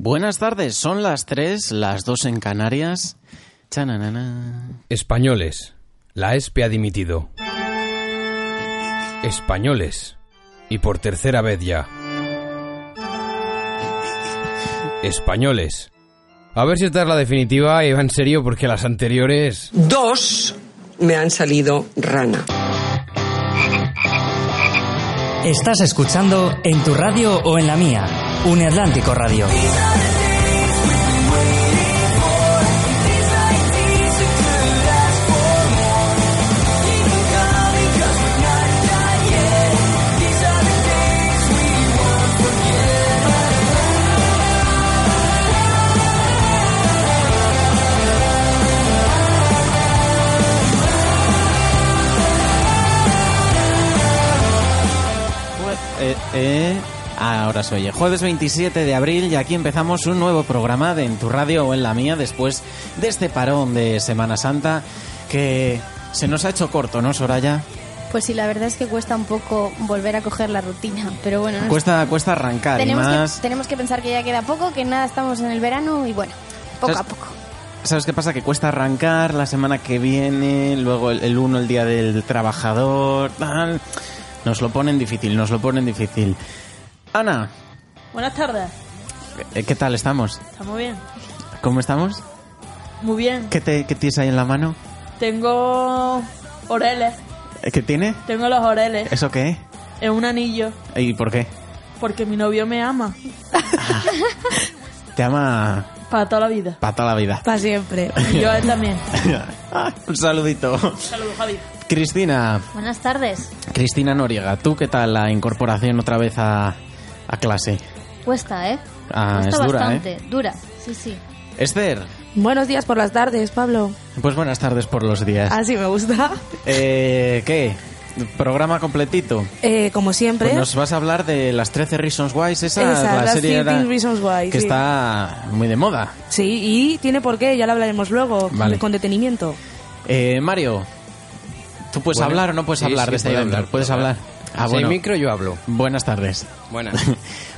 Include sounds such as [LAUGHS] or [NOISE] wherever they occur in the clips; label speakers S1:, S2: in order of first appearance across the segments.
S1: Buenas tardes, son las 3, las 2 en Canarias. Chananana.
S2: Españoles. La ESPE ha dimitido. Españoles. Y por tercera vez ya. Españoles. A ver si esta es la definitiva y va en serio porque las anteriores...
S3: Dos me han salido rana.
S4: Estás escuchando en tu radio o en la mía, Un Atlántico Radio.
S1: Eh, eh, ahora se oye. Jueves 27 de abril y aquí empezamos un nuevo programa de En tu radio o en la mía después de este parón de Semana Santa que se nos ha hecho corto, ¿no, Soraya?
S5: Pues sí, la verdad es que cuesta un poco volver a coger la rutina, pero bueno, no
S1: Cuesta, cuesta arrancar y
S5: tenemos,
S1: más.
S5: que, tenemos que pensar que ya queda poco, que nada, estamos en el verano y bueno, poco
S1: ¿Sabes?
S5: a poco.
S1: ¿Sabes qué pasa? Que cuesta arrancar la semana que viene, luego el, el 1 el día del trabajador, tal. Nos lo ponen difícil, nos lo ponen difícil. Ana,
S6: Buenas tardes.
S1: eh, ¿qué tal estamos?
S6: Está muy bien.
S1: ¿Cómo estamos?
S6: Muy bien.
S1: ¿Qué, te, qué tienes ahí en la mano?
S6: Tengo oreles.
S1: ¿Eh, ¿Qué tiene?
S6: Tengo los oreles.
S1: ¿Eso qué? es?
S6: Es un anillo.
S1: ¿Y por qué?
S6: Porque mi novio me ama.
S1: Te ama
S6: Para toda la vida.
S1: para toda la [LAUGHS] vida.
S5: Para siempre.
S6: Y yo a él
S1: [LAUGHS]
S6: también.
S1: Ah, Un saludito.
S6: Saludos, Javi.
S1: Cristina,
S7: Buenas tardes.
S1: Cristina Noriega, ¿tú qué tal la incorporación otra vez a, a clase?
S7: Cuesta, ¿eh?
S1: Ah,
S7: Cuesta
S1: es dura,
S7: bastante. Dura, sí, sí.
S1: Esther,
S8: Buenos días por las tardes, Pablo.
S1: pues buenas tardes por los días.
S8: Así me gusta.
S1: Eh, ¿Qué? ¿Programa completito?
S8: Eh, como siempre.
S1: Pues nos vas a hablar de las 13 Reasons Why, esa es
S8: Esa,
S1: la
S8: las 13
S1: serie era-
S8: Reasons Why,
S1: que
S8: sí.
S1: está muy de moda.
S8: Sí, y tiene por qué, ya lo hablaremos luego,
S1: Vale.
S8: con detenimiento.
S1: Eh, Mario, ¿tú puedes
S2: Bueno,
S1: hablar o no puedes
S2: sí,
S1: hablar
S2: sí,
S1: de este
S2: puedo
S1: evento?
S2: hablar,
S1: ¿Puedes
S2: puedo
S1: hablar? Ah,
S2: Si hay
S1: bueno.
S2: micro yo hablo.
S1: Buenas tardes.
S2: Buenas.
S1: [LAUGHS]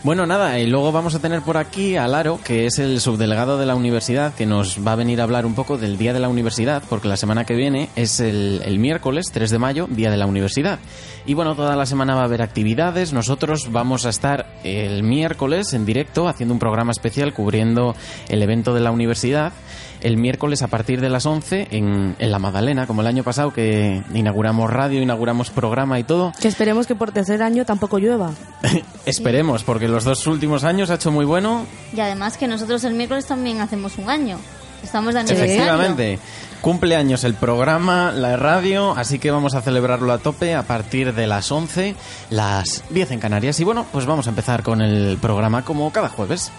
S1: Bueno, nada, y luego vamos a tener por aquí a Laro, que es el subdelegado de la universidad, que nos va a venir a hablar un poco del Día de la Universidad, porque la semana que viene es el, el miércoles 3 de mayo, Día de la Universidad. Y bueno, toda la semana va a haber actividades. Nosotros vamos a estar el miércoles en directo haciendo un programa especial cubriendo el evento de la universidad. El miércoles a partir de las 11 en, en La Madalena, como el año pasado, que inauguramos radio, inauguramos programa y todo.
S8: Que esperemos que por tercer año tampoco llueva.
S1: Esperemos, porque los dos últimos años ha hecho muy bueno
S7: Y además que nosotros el miércoles también hacemos un año. Estamos de aniversario.
S1: Efectivamente. Cumpleaños el programa, la radio, así que vamos a celebrarlo a tope a partir de las 11, las 10 en Canarias. Y bueno, pues vamos a empezar con el programa como cada jueves.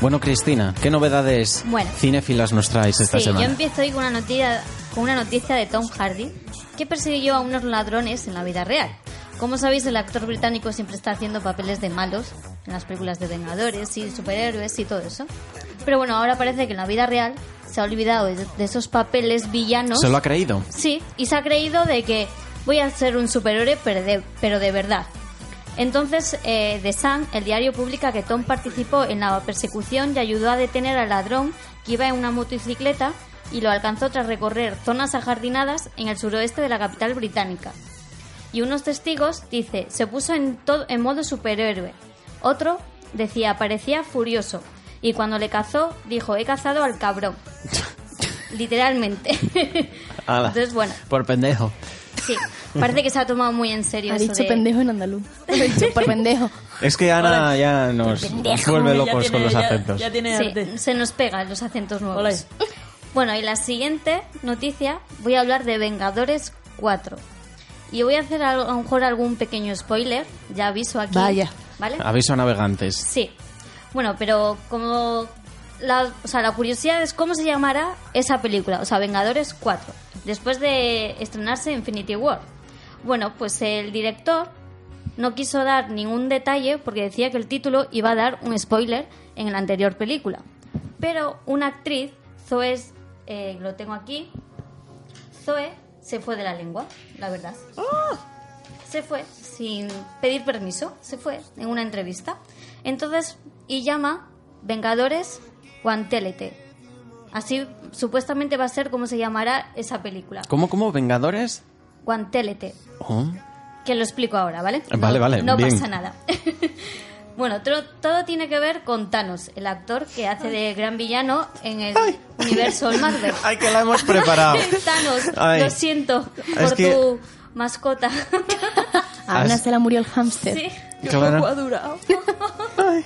S1: Bueno, Cristina, ¿qué novedades
S7: Bueno.
S1: cinéfilas nos traes esta
S7: sí,
S1: semana?
S7: yo empiezo hoy con una, noticia, con una noticia de Tom Hardy que persiguió a unos ladrones en la vida real. Como sabéis, el actor británico siempre está haciendo papeles de malos en las películas de Vengadores y superhéroes y todo eso. Pero bueno, ahora parece que en la vida real se ha olvidado de, de esos papeles villanos.
S1: ¿Se lo ha creído?
S7: Sí, y se ha creído de que voy a ser un superhéroe, pero de, pero de verdad. Entonces, eh, The Sun, el diario, publica que Tom participó en la persecución y ayudó a detener al ladrón que iba en una motocicleta y lo alcanzó tras recorrer zonas ajardinadas en el suroeste de la capital británica. Y unos testigos, dice, se puso en, to- en modo superhéroe. Otro, decía, parecía furioso. Y cuando le cazó, dijo, he cazado al
S1: [LAUGHS]
S7: cabrón. Literalmente. [LAUGHS]
S1: Ala.
S7: Entonces, bueno,
S1: Ah, Por pendejo.
S7: sí. Parece que se ha tomado muy en serio
S5: Ha
S7: eso
S5: dicho
S7: de-
S5: pendejo en andaluz. Ha dicho por pendejo.
S1: Es que Ana ya [LAUGHS] nos
S7: pendejo,
S1: vuelve
S6: Ya
S1: locos
S6: tiene-
S1: con los
S6: ya-
S1: acentos.
S6: Ya tiene
S7: Sí,
S6: arte.
S7: se nos pega los acentos nuevos.
S6: Ole.
S7: Bueno, y la siguiente noticia voy a hablar de Vengadores 4. Y voy a hacer a lo mejor algún pequeño spoiler, ya aviso aquí.
S8: Vaya.
S7: ¿Vale?
S1: Aviso a navegantes.
S7: Sí. Bueno, pero como... La, o sea, la curiosidad es cómo se llamará esa película, o sea, Vengadores 4, después de estrenarse Infinity War. Bueno, pues el director no quiso dar ningún detalle porque decía que el título iba a dar un spoiler en la anterior película. Pero una actriz, Zoe, eh, lo tengo aquí, Zoe se fue de la lengua, la verdad. Se fue sin pedir permiso, se fue en una entrevista. Entonces, y llama Vengadores Guantélete. Así supuestamente va a ser como se llamará esa película.
S1: ¿Cómo, cómo? ¿Vengadores?
S7: Guantélete.
S1: Oh.
S7: Que lo explico ahora, ¿vale?
S1: Ah, Vale,
S7: No-
S1: vale,
S7: No
S1: bien.
S7: pasa nada. [LAUGHS] bueno, tro- todo tiene que ver con Thanos, el actor que hace de gran villano en el
S1: [LAUGHS]
S7: universo Marvel.
S1: ¡Ay, que la hemos preparado!
S7: [LAUGHS] Thanos,
S1: Ay.
S7: lo siento
S1: Es
S7: por
S1: que-
S7: tu mascota.
S5: Ahora se la murió el hámster.
S7: sí,
S6: Qué
S1: Claro.
S6: poco ha durado.
S1: Que-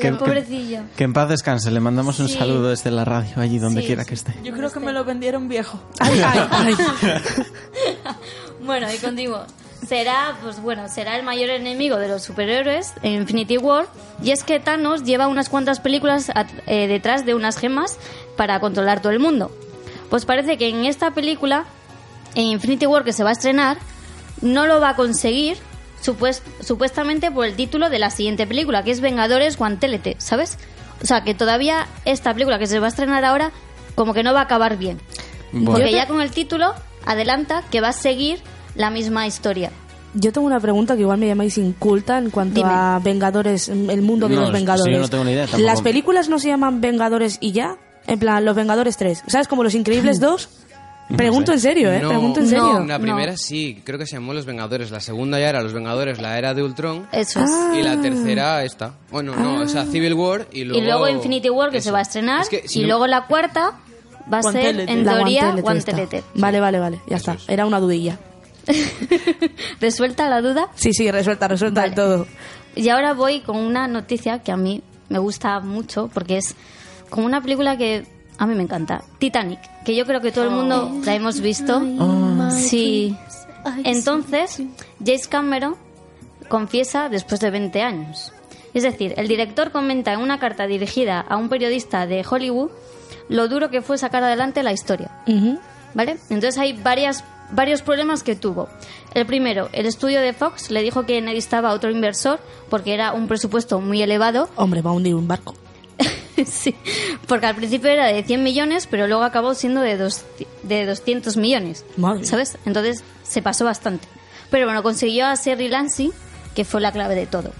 S1: que-
S7: pobrecillo.
S1: Que, en paz descanse. Le mandamos un
S7: Sí.
S1: saludo desde la radio, allí donde
S7: Sí,
S1: quiera
S7: sí.
S1: que esté.
S6: Yo creo que me lo vendieron viejo.
S8: Ay, ay, ay.
S7: Bueno, y continuo. Será, pues bueno, será el mayor enemigo de los superhéroes en Infinity War. Y es que Thanos lleva unas cuantas películas at- eh, detrás de unas gemas para controlar todo el mundo. Pues parece que en esta película, en Infinity War que se va a estrenar, no lo va a conseguir supues- supuestamente por el título de la siguiente película, que es Vengadores Guantélete, ¿sabes? O sea, que todavía esta película que se va a estrenar ahora, como que no va a acabar bien.
S1: Bueno,
S7: Porque ya con el título adelanta que va a seguir la misma historia.
S8: Yo tengo una pregunta que igual me llamáis inculta en cuanto
S7: Dime.
S8: a Vengadores, mm, el mundo de
S1: No,
S8: los
S1: sí,
S8: Vengadores.
S1: yo no tengo ni idea tampoco.
S8: Las películas no se llaman Vengadores y ya, en plan Los Vengadores 3. ¿Sabes? Como Los
S1: [LAUGHS]
S8: Increíbles 2. Pregunto en serio, ¿eh?
S2: No,
S8: Pregunto en serio.
S7: No.
S2: La primera sí, creo que se llamó Los Vengadores. La segunda ya era Los Vengadores, la era de Ultron.
S7: Eso es.
S2: Y
S8: Ah.
S2: la tercera esta. Bueno, no, o sea, Civil War y luego...
S7: y
S2: [LAUGHS]
S7: luego Infinity War que se
S2: Eso.
S7: va a estrenar.
S2: Es que si
S7: y
S2: no-
S7: luego la cuarta va a ser,
S6: Guantelete.
S7: en
S8: La
S7: teoría,
S8: guantelete esta.
S7: guantelete.
S8: Vale, vale, vale. Ya está. Era una dudilla.
S7: ¿Resuelta la duda?
S8: Sí, sí, resuelta, resuelta del todo.
S7: Y ahora voy con una noticia que a mí me gusta mucho porque es como una película que a mí me encanta, Titanic, que yo creo que todo el mundo la hemos visto. Sí. Entonces, James Cameron confiesa después de 20 años. Es decir, el director comenta en una carta dirigida a un periodista de Hollywood lo duro que fue sacar adelante la historia.
S8: Ujú.
S7: ¿Vale? Entonces hay varias, varios problemas que tuvo. El primero, el estudio de Fox le dijo que necesitaba otro inversor porque era un presupuesto muy elevado.
S8: Hombre, va a hundir un barco.
S7: [LAUGHS] sí, porque al principio era de 100 millones, pero luego acabó siendo de, dos, de 200 millones.
S8: Madre.
S7: ¿Sabes? Entonces se pasó bastante. Pero bueno, consiguió a Sherry Lancy, que fue la clave de todo.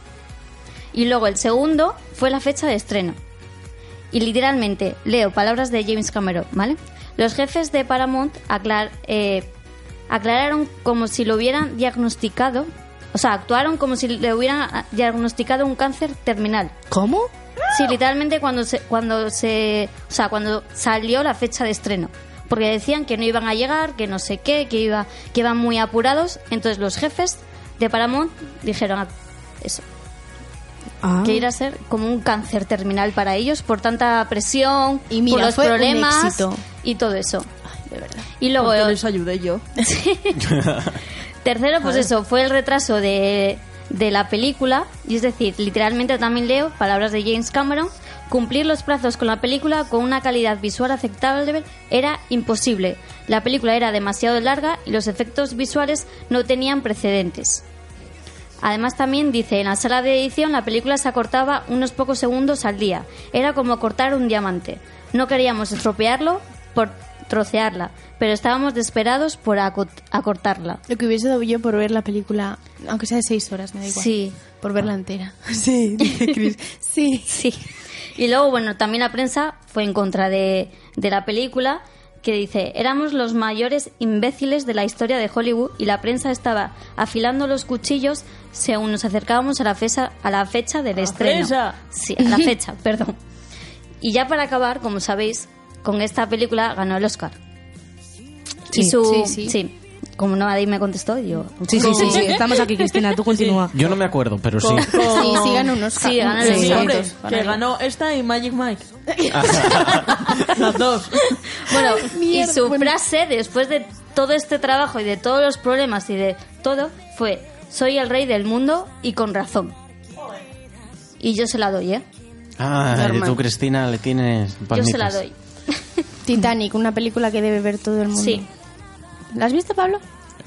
S7: Y luego el segundo fue la fecha de estreno. Y literalmente, leo palabras de James Cameron, ¿vale? Los jefes de Paramount aclar- eh, aclararon como si lo hubieran diagnosticado, o sea, actuaron como si le hubieran ah, diagnosticado un cáncer terminal.
S8: ¿Cómo?
S7: Sí, literalmente cuando se, cuando se, o sea, cuando salió la fecha de estreno, porque decían que no iban a llegar, que no sé qué, que iba, que iban muy apurados, entonces los jefes de Paramount dijeron ah, eso,
S8: Ah.
S7: que iba a ser como un cáncer terminal para ellos por tanta presión
S5: Y mira,
S7: por los
S5: fue un
S7: problemas
S5: éxito.
S7: y todo eso. Y luego
S6: Porque
S7: el [LAUGHS]
S6: les ayudé yo.
S7: tercero, pues eso, fue el retraso de, de la película, y es decir, literalmente también leo palabras de James Cameron, cumplir los plazos con la película con una calidad visual aceptable era imposible. La película era demasiado larga y los efectos visuales no tenían precedentes. Además también dice, en la sala de edición la película se acortaba unos pocos segundos al día. Era como cortar un diamante. No queríamos estropearlo por trocearla, pero estábamos desesperados por aco- acortarla.
S5: Lo que hubiese dado yo por ver la película, aunque sea de seis horas, me da igual.
S7: Sí. Ah.
S5: Por verla
S7: [LAUGHS]
S5: entera. Sí, dice Chris. Sí.
S7: Sí. Y luego, bueno, también la prensa fue en contra de, de la película, que dice, éramos los mayores imbéciles de la historia de Hollywood y la prensa estaba afilando los cuchillos según nos acercábamos a la fecha, a la fecha del
S6: la
S7: estreno.
S6: fecha.
S7: Sí, a la fecha, [LAUGHS] perdón. Y ya para acabar, como sabéis, con esta película ganó el Oscar.
S8: Sí,
S7: y su,
S5: sí, sí.
S7: Como nadie me contestó, yo.
S8: Sí, sí, sí, sí, Estamos aquí, [LAUGHS] Cristina. Tú continúa.
S1: Yo no me acuerdo, pero sí.
S5: Sí, sí, ganó unos
S7: Sí, ganó
S5: cuantos.
S7: los
S6: Sí,
S7: Exacto.
S6: hombre,
S5: Exacto,
S6: que
S5: para-
S6: ganó esta y Magic
S1: [LAUGHS]
S6: Mike. Las dos.
S7: Bueno, y
S5: mierda,
S7: su
S5: bueno.
S7: frase después de todo este trabajo y de todos los problemas y de todo fue: Soy el rey del mundo y con razón. Y yo se la doy, ¿eh?
S1: Ah,
S7: Normal.
S1: tú, Cristina, le tienes
S7: Yo se la
S1: palmitas.
S7: doy.
S5: [LAUGHS] Titanic, una película que debe ver todo el mundo.
S7: Sí.
S5: ¿La has visto, Pablo?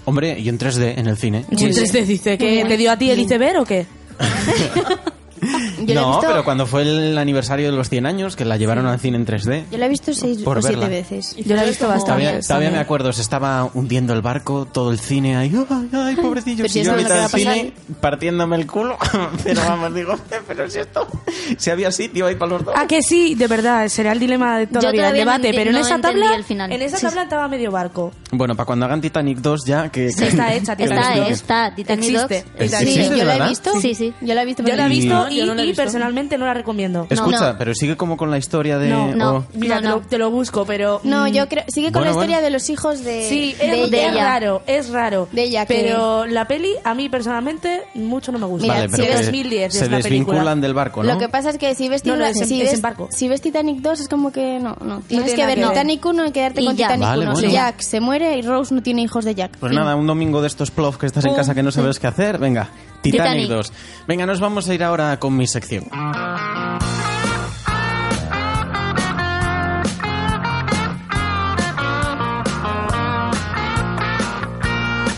S1: Hombre, y en 3D en el cine.
S8: Sí, entonces te dice que te dio a ti el iceberg o qué?
S5: [LAUGHS] Yo la he
S1: no,
S5: visto-
S1: pero cuando fue el aniversario de los 100 años, que la llevaron al cine en 3D.
S5: Yo la he visto seis
S1: Por
S5: o siete
S1: verla.
S5: veces.
S8: Yo la he visto bastante.
S1: Todavía,
S8: También,
S1: todavía
S8: también.
S1: me acuerdo, se estaba hundiendo el barco, todo el cine ahí, ¡ah! ay, ay, pobrecillo,
S5: Pero si
S1: y
S5: esto
S1: yo a
S5: es lo
S1: mitad
S5: que
S1: del
S5: va a
S1: cine partiéndome el culo, [LAUGHS] pero vamos, digo, pero si esto, si había sitio ahí para los dos.
S8: Ah, que sí, de verdad, será el dilema de toda
S7: Yo
S8: la vida, el
S7: todavía no
S8: debate,
S7: enti-
S8: pero en
S7: no
S8: esa
S7: entendí
S8: tabla
S7: el final.
S8: en esa
S7: Sí,
S8: tabla estaba medio barco.
S1: Bueno, para cuando hagan Titanic 2 ya, que...
S8: Sí, está hecha,
S1: que lo
S8: está
S7: Está,
S1: expliquen.
S7: está, Titanic Dogs.
S8: Existe.
S1: ¿Ex-
S8: Sí,
S1: existe, de
S5: yo la
S1: verdad?
S5: he visto.
S7: Sí, sí.
S5: Yo la he visto.
S8: Yo la he
S1: Y-
S8: visto y,
S6: Yo no la he
S8: y
S6: visto.
S8: personalmente no la recomiendo.
S1: Escucha,
S7: no.
S1: pero sigue como con la historia de...
S8: No,
S7: no.
S1: oh.
S8: Mira,
S7: No,
S8: te,
S7: no.
S8: Lo, te lo busco, pero mm.
S5: No, yo creo. Sigue con
S1: Bueno,
S5: la historia
S1: bueno.
S5: de los hijos de.
S8: Sí, es,
S5: de
S7: ella.
S8: es raro, es raro.
S5: De ella, que-
S8: pero la peli a mí personalmente mucho no me gusta.
S5: Mira,
S1: vale, pero
S5: si
S1: que
S8: 2010 es
S1: se
S8: la
S1: desvinculan
S8: película.
S1: del barco, ¿no?
S5: Lo que pasa es que si ves,
S8: No, no,
S5: Titanic-
S8: es en-
S5: si,
S8: es
S5: ves
S8: en barco.
S5: si ves Titanic 2 es como que no, no. Tienes
S8: tiene
S5: que
S8: nada
S5: ver
S8: que ver.
S5: Titanic 1 y quedarte
S7: Y
S5: con
S7: ya.
S5: Titanic
S1: Vale,
S5: 1.
S1: bueno.
S5: Jack se muere y Rose no tiene hijos de Jack.
S1: Pues
S5: Fin.
S1: nada, un domingo de estos plof que estás en casa que no sabes qué hacer, venga, Titanic,
S7: Titanic.
S1: 2. Venga, nos vamos a ir ahora con mi sección.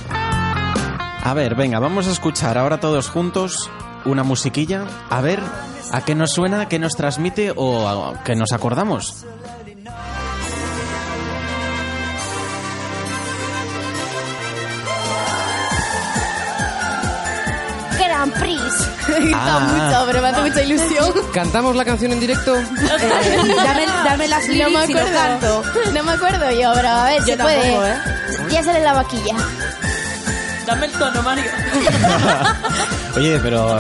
S1: A ver, venga, vamos a escuchar ahora todos juntos una musiquilla, a ver a qué nos suena, qué nos transmite o a qué nos acordamos.
S5: Grand
S1: [LAUGHS]
S5: Prix.
S9: [LAUGHS]
S1: Ah.
S5: mucho, pero me hace mucha ilusión.
S2: ¿Cantamos la canción en directo?
S8: Eh, dame, dame las
S5: No me
S8: lyrics y lo
S5: acuerdo.
S8: canto.
S5: No me acuerdo yo, pero a ver,
S8: Yo
S5: se
S8: tampoco,
S5: puede.
S8: ¿eh?
S5: Ya sale la vaquilla.
S6: Dame el tono, Mario.
S1: Oye, pero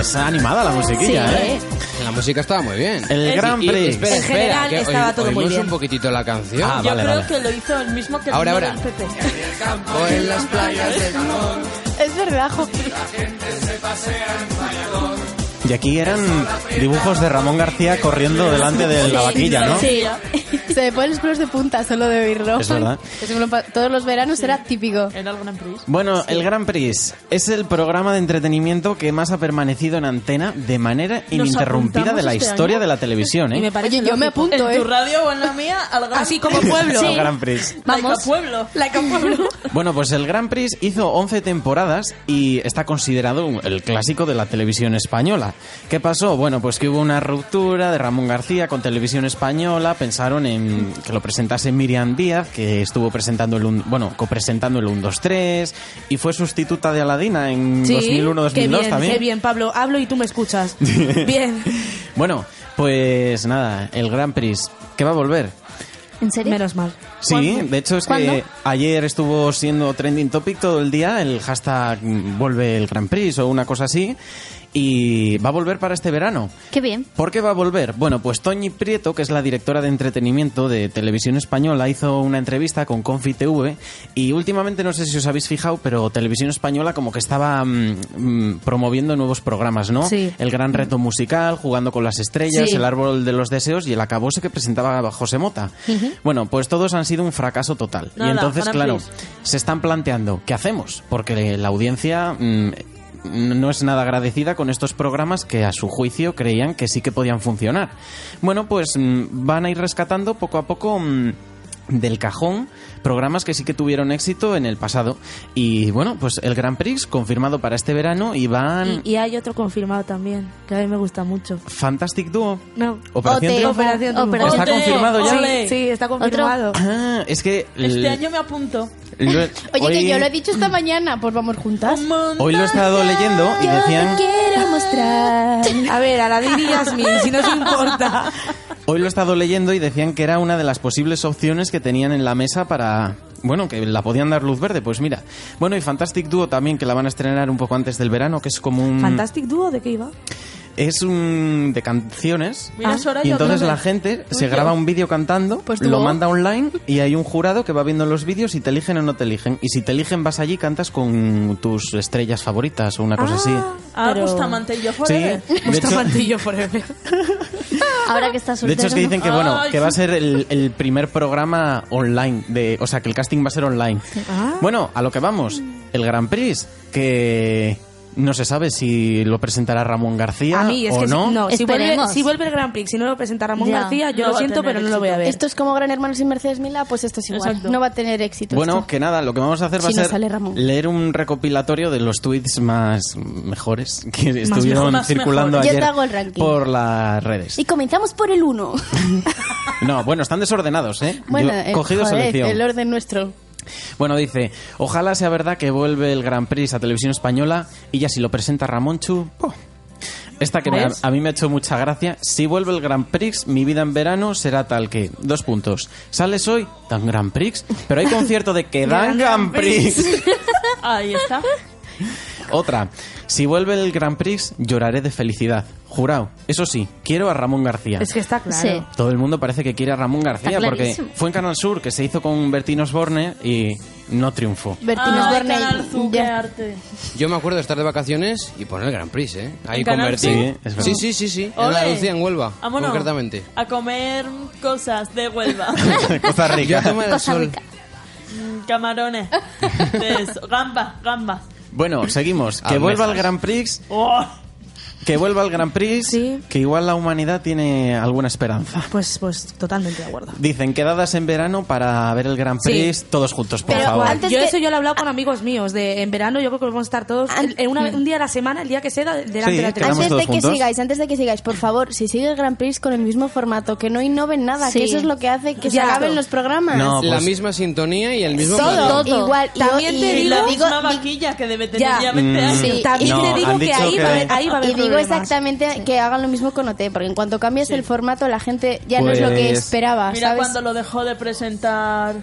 S1: es animada la musiquilla, ¿eh?
S2: La música estaba muy bien.
S1: El Gran
S2: Y- y-
S1: Prix.
S2: espera,
S8: En
S2: espera,
S8: general
S2: que
S8: estaba
S2: oí-
S8: todo muy
S2: oímos
S8: bien.
S2: un poquitito la canción.
S1: Ah,
S6: Yo
S1: vale,
S6: creo
S1: vale.
S6: que lo hizo el mismo que el
S2: Ahora,
S6: niño
S2: ahora.
S6: del PP.
S2: O en las playas de
S5: Es verdad, jo.
S1: Y aquí eran dibujos de Ramón García corriendo delante de la vaquilla, ¿no?
S6: Sí.
S5: Se me ponen los pelos de punta solo de oírlo.
S1: Es verdad.
S5: Es un pa- Todos los veranos era típico.
S6: Era el Gran Prix.
S1: Bueno, el Gran Prix es el programa de entretenimiento que más ha permanecido en antena de manera ininterrumpida
S6: apuntamos
S1: de la
S6: este
S1: historia
S6: año?
S1: de la televisión,
S8: Y
S1: ¿eh?
S8: me parece
S5: Oye, yo me
S8: lógico.
S5: apunto,
S6: En tu
S5: ¿eh?
S6: radio o en la mía, al Gran
S8: Así como pueblo.
S1: [LAUGHS] El Gran Prix.
S6: Vamos. pueblo.
S8: La que
S6: [LAUGHS]
S8: pueblo.
S1: Bueno, pues el Gran Prix hizo 11 temporadas y está considerado un- el clásico de la televisión española. ¿Qué pasó? Bueno, pues que hubo una ruptura de Ramón García con Televisión Española, pensaron en que lo presentase Miriam Díaz, que estuvo presentando el un- bueno, copresentando el 1 2 3 y fue sustituta de Aladina en
S8: Sí,
S1: 2001
S8: qué
S1: 2002
S8: bien,
S1: también.
S8: qué bien, Pablo. Hablo y tú me
S1: [LAUGHS]
S8: escuchas. bien.
S1: Bueno, pues nada, el Gran Prix que va a volver.
S7: ¿En serio?
S8: Menos mal.
S1: Sí, de hecho es
S7: ¿Cuándo?
S1: que ayer estuvo siendo trending topic todo el día el hashtag mm, vuelve el Grand Prix o una cosa así y va a volver para este verano.
S7: Qué bien.
S1: ¿Por qué va a volver? Bueno, pues Toñi Prieto, que es la directora de entretenimiento de Televisión Española, hizo una entrevista con Confi TV y últimamente no sé si os habéis fijado, pero Televisión Española como que estaba mm, mm, promoviendo nuevos programas, ¿no?
S8: Sí.
S1: El gran reto musical, jugando con las estrellas,
S8: Sí.
S1: el árbol de los deseos y el acabose que presentaba José Mota. Bueno, pues todos han sido un fracaso total. y
S6: Nada,
S1: entonces,
S6: Gran
S1: claro,
S6: Prix.
S1: se están planteando qué hacemos, porque la audiencia mm, no es nada agradecida con estos programas que a su juicio creían que sí que podían funcionar. Bueno, pues mm, van a ir rescatando poco a poco mm, del cajón programas que sí que tuvieron éxito en el pasado. Y bueno, pues el Grand Prix confirmado para este verano y van
S8: Y, y hay otro confirmado también, que a mí me gusta mucho.
S1: Fantastic Duo.
S8: No.
S1: Operación
S7: Ote.
S1: Triunfo.
S8: Operación Triunfo.
S7: Operación.
S1: ¿Está
S6: Ote,
S1: confirmado ya?
S6: ole.
S8: Sí, está confirmado.
S1: Ah, es que...
S6: Este
S1: l-
S6: año me apunto.
S1: lo-
S5: Oye, que
S1: hoy-
S5: yo lo he dicho esta mañana, pues vamos juntas.
S1: Hoy lo he estado leyendo y decían...
S5: Quiero mostrar.
S8: A ver, a la Dini
S6: [LAUGHS]
S8: Yasmin, si no os importa.
S1: Hoy lo he estado leyendo y decían que era una de las posibles opciones que tenían en la mesa para... Bueno, que la podían dar luz verde, pues mira. Mm. Bueno, y Fantastic Duo también, que la van a estrenar un poco antes del verano, que es como un...
S8: ¿Fantastic Duo de qué iba?
S1: es un de canciones
S6: Mira, Sora,
S1: y
S6: yo
S1: entonces
S6: creo que-
S1: la gente se
S6: Uy,
S1: graba
S6: yo.
S1: un vídeo cantando,
S6: Pues tú,
S1: lo
S6: ¿no?
S1: manda online y hay un jurado que va viendo los vídeos si te eligen o no te eligen. Y si te eligen vas allí, cantas con tus estrellas favoritas o una cosa así.
S6: Ah,
S8: Pero-
S6: Bustamante y yo
S1: Sí,
S6: forever. [LAUGHS]
S1: de hecho,
S8: Mantillo forever.
S7: Ahora que
S1: de
S7: estás soltero.
S1: hecho es que dicen que bueno,
S6: Ay,
S1: que va a ser el, el primer programa online, de, o sea que el casting va a ser online. Bueno, a lo que vamos, el Gran Prix, que no se sabe si lo presentará Ramón García
S8: A mí es
S1: o
S8: que si-
S1: no.
S8: si, vuelve,
S7: Esperemos.
S8: si vuelve el Grand Prix, si no lo presenta Ramón
S7: Ya.
S8: García, yo
S6: No
S8: lo
S6: va a
S8: siento,
S6: tener
S8: pero no lo voy a ver.
S5: Esto es como Gran Hermano sin Mercedes Mila, pues esto es igual.
S6: Exacto.
S5: No va a tener éxito.
S1: Bueno,
S5: esto.
S1: que nada, lo que vamos a hacer va
S5: Si no
S1: a ser
S5: sale Ramón.
S1: leer un recopilatorio de los tweets más mejores que estuvieron
S6: mejor, más
S1: circulando
S5: mejor. Yo te
S1: ayer
S5: hago el ranking.
S1: por las redes.
S5: Y comenzamos por el
S1: [LAUGHS]
S5: 1.
S1: No, bueno, están desordenados, ¿eh?
S5: bueno,
S1: Yo-
S5: eh,
S1: cogido
S5: joder,
S1: selección.
S5: el orden nuestro.
S1: Bueno, dice, ojalá sea verdad que vuelve el Gran Prix a televisión española y ya si lo presenta Ramonchu... ¡puf! Esta que me- a,
S6: ¿Ves?
S1: mí me ha hecho mucha gracia. Si vuelve el Gran Prix, mi vida en verano será tal que... Dos puntos. Sales hoy, dan Gran Prix, pero hay concierto de
S6: [LAUGHS]
S1: que dan Gran Prix.
S6: Ahí está.
S1: Otra. Si vuelve el Gran Prix, lloraré de felicidad. Jurado. Eso sí, quiero a Ramón García.
S8: Es que está claro.
S7: Sí.
S1: Todo el mundo parece que quiere a Ramón García
S7: Está
S1: porque
S7: clarísimo.
S1: fue en Canal Sur que se hizo con Bertín Osborne y no triunfó.
S5: Bertín
S6: Ay,
S5: Osborne.
S6: Canal Zu, qué
S5: Ya.
S6: arte.
S2: Yo me acuerdo de estar de vacaciones y poner el Gran Prix, ¿eh? Ahí
S6: ¿En
S2: con
S6: Canal
S2: Bertín.
S1: Sí, es verdad.
S2: sí, sí, sí, sí. En
S6: Ole. Ah,
S2: Andalucía, en Huelva,
S6: Vámonos
S2: concretamente.
S6: A comer cosas de
S1: [LAUGHS]
S6: Huelva. Mm,
S1: Costa
S2: Yo a
S1: Rica.
S2: tomar el sol.
S6: Camarones.
S1: [LAUGHS]
S6: Pues, De eso. Gambas, gambas.
S1: Bueno, seguimos. Que
S2: Almejas.
S1: vuelva el Gran Prix,
S6: Oh,
S1: que vuelva el Gran Prix,
S8: Sí.
S1: que igual la humanidad tiene alguna esperanza.
S8: Pues, pues totalmente de acuerdo.
S1: Dicen quedadas en verano para ver el Gran
S8: Sí.
S1: Prix todos juntos, por
S5: Pero
S1: favor.
S5: antes-
S8: yo
S5: que-
S8: eso yo lo he hablado con amigos míos. De, en verano yo creo que vamos a estar todos
S9: An-
S8: en una- un día a la semana, el día que sea, delante
S1: Sí,
S8: de la
S1: quedamos
S8: televisión.
S9: Antes
S1: todos
S9: de que
S1: juntos.
S9: sigáis, antes de que sigáis, por favor, si sigue el Grand Prix con el mismo formato, que no innoven nada,
S7: Sí.
S9: que eso es lo que hace
S8: Ya.
S9: que se acaben los programas.
S1: No,
S2: La
S1: pues-
S2: misma sintonía y el mismo
S9: Todo,
S2: plató.
S7: Todo.
S9: igual.
S8: También
S9: y,
S8: te
S9: y
S6: y la
S8: digo-
S9: digo,
S6: misma
S9: di-
S6: vaquilla que debe tener
S8: Ya.
S6: ya 20 años.
S9: Sí.
S8: También
S1: Ah, mm, No,
S8: te
S1: han
S8: digo que
S1: dicho
S8: ahí,
S1: que-
S8: Va a haber, ahí va a haber
S9: y digo
S8: problemas.
S9: exactamente que hagan lo mismo con OT, porque en cuanto cambias el formato, la gente ya no es lo que
S1: Pues-
S9: esperaba,
S6: Mira
S9: ¿sabes?
S6: cuando lo dejó de presentar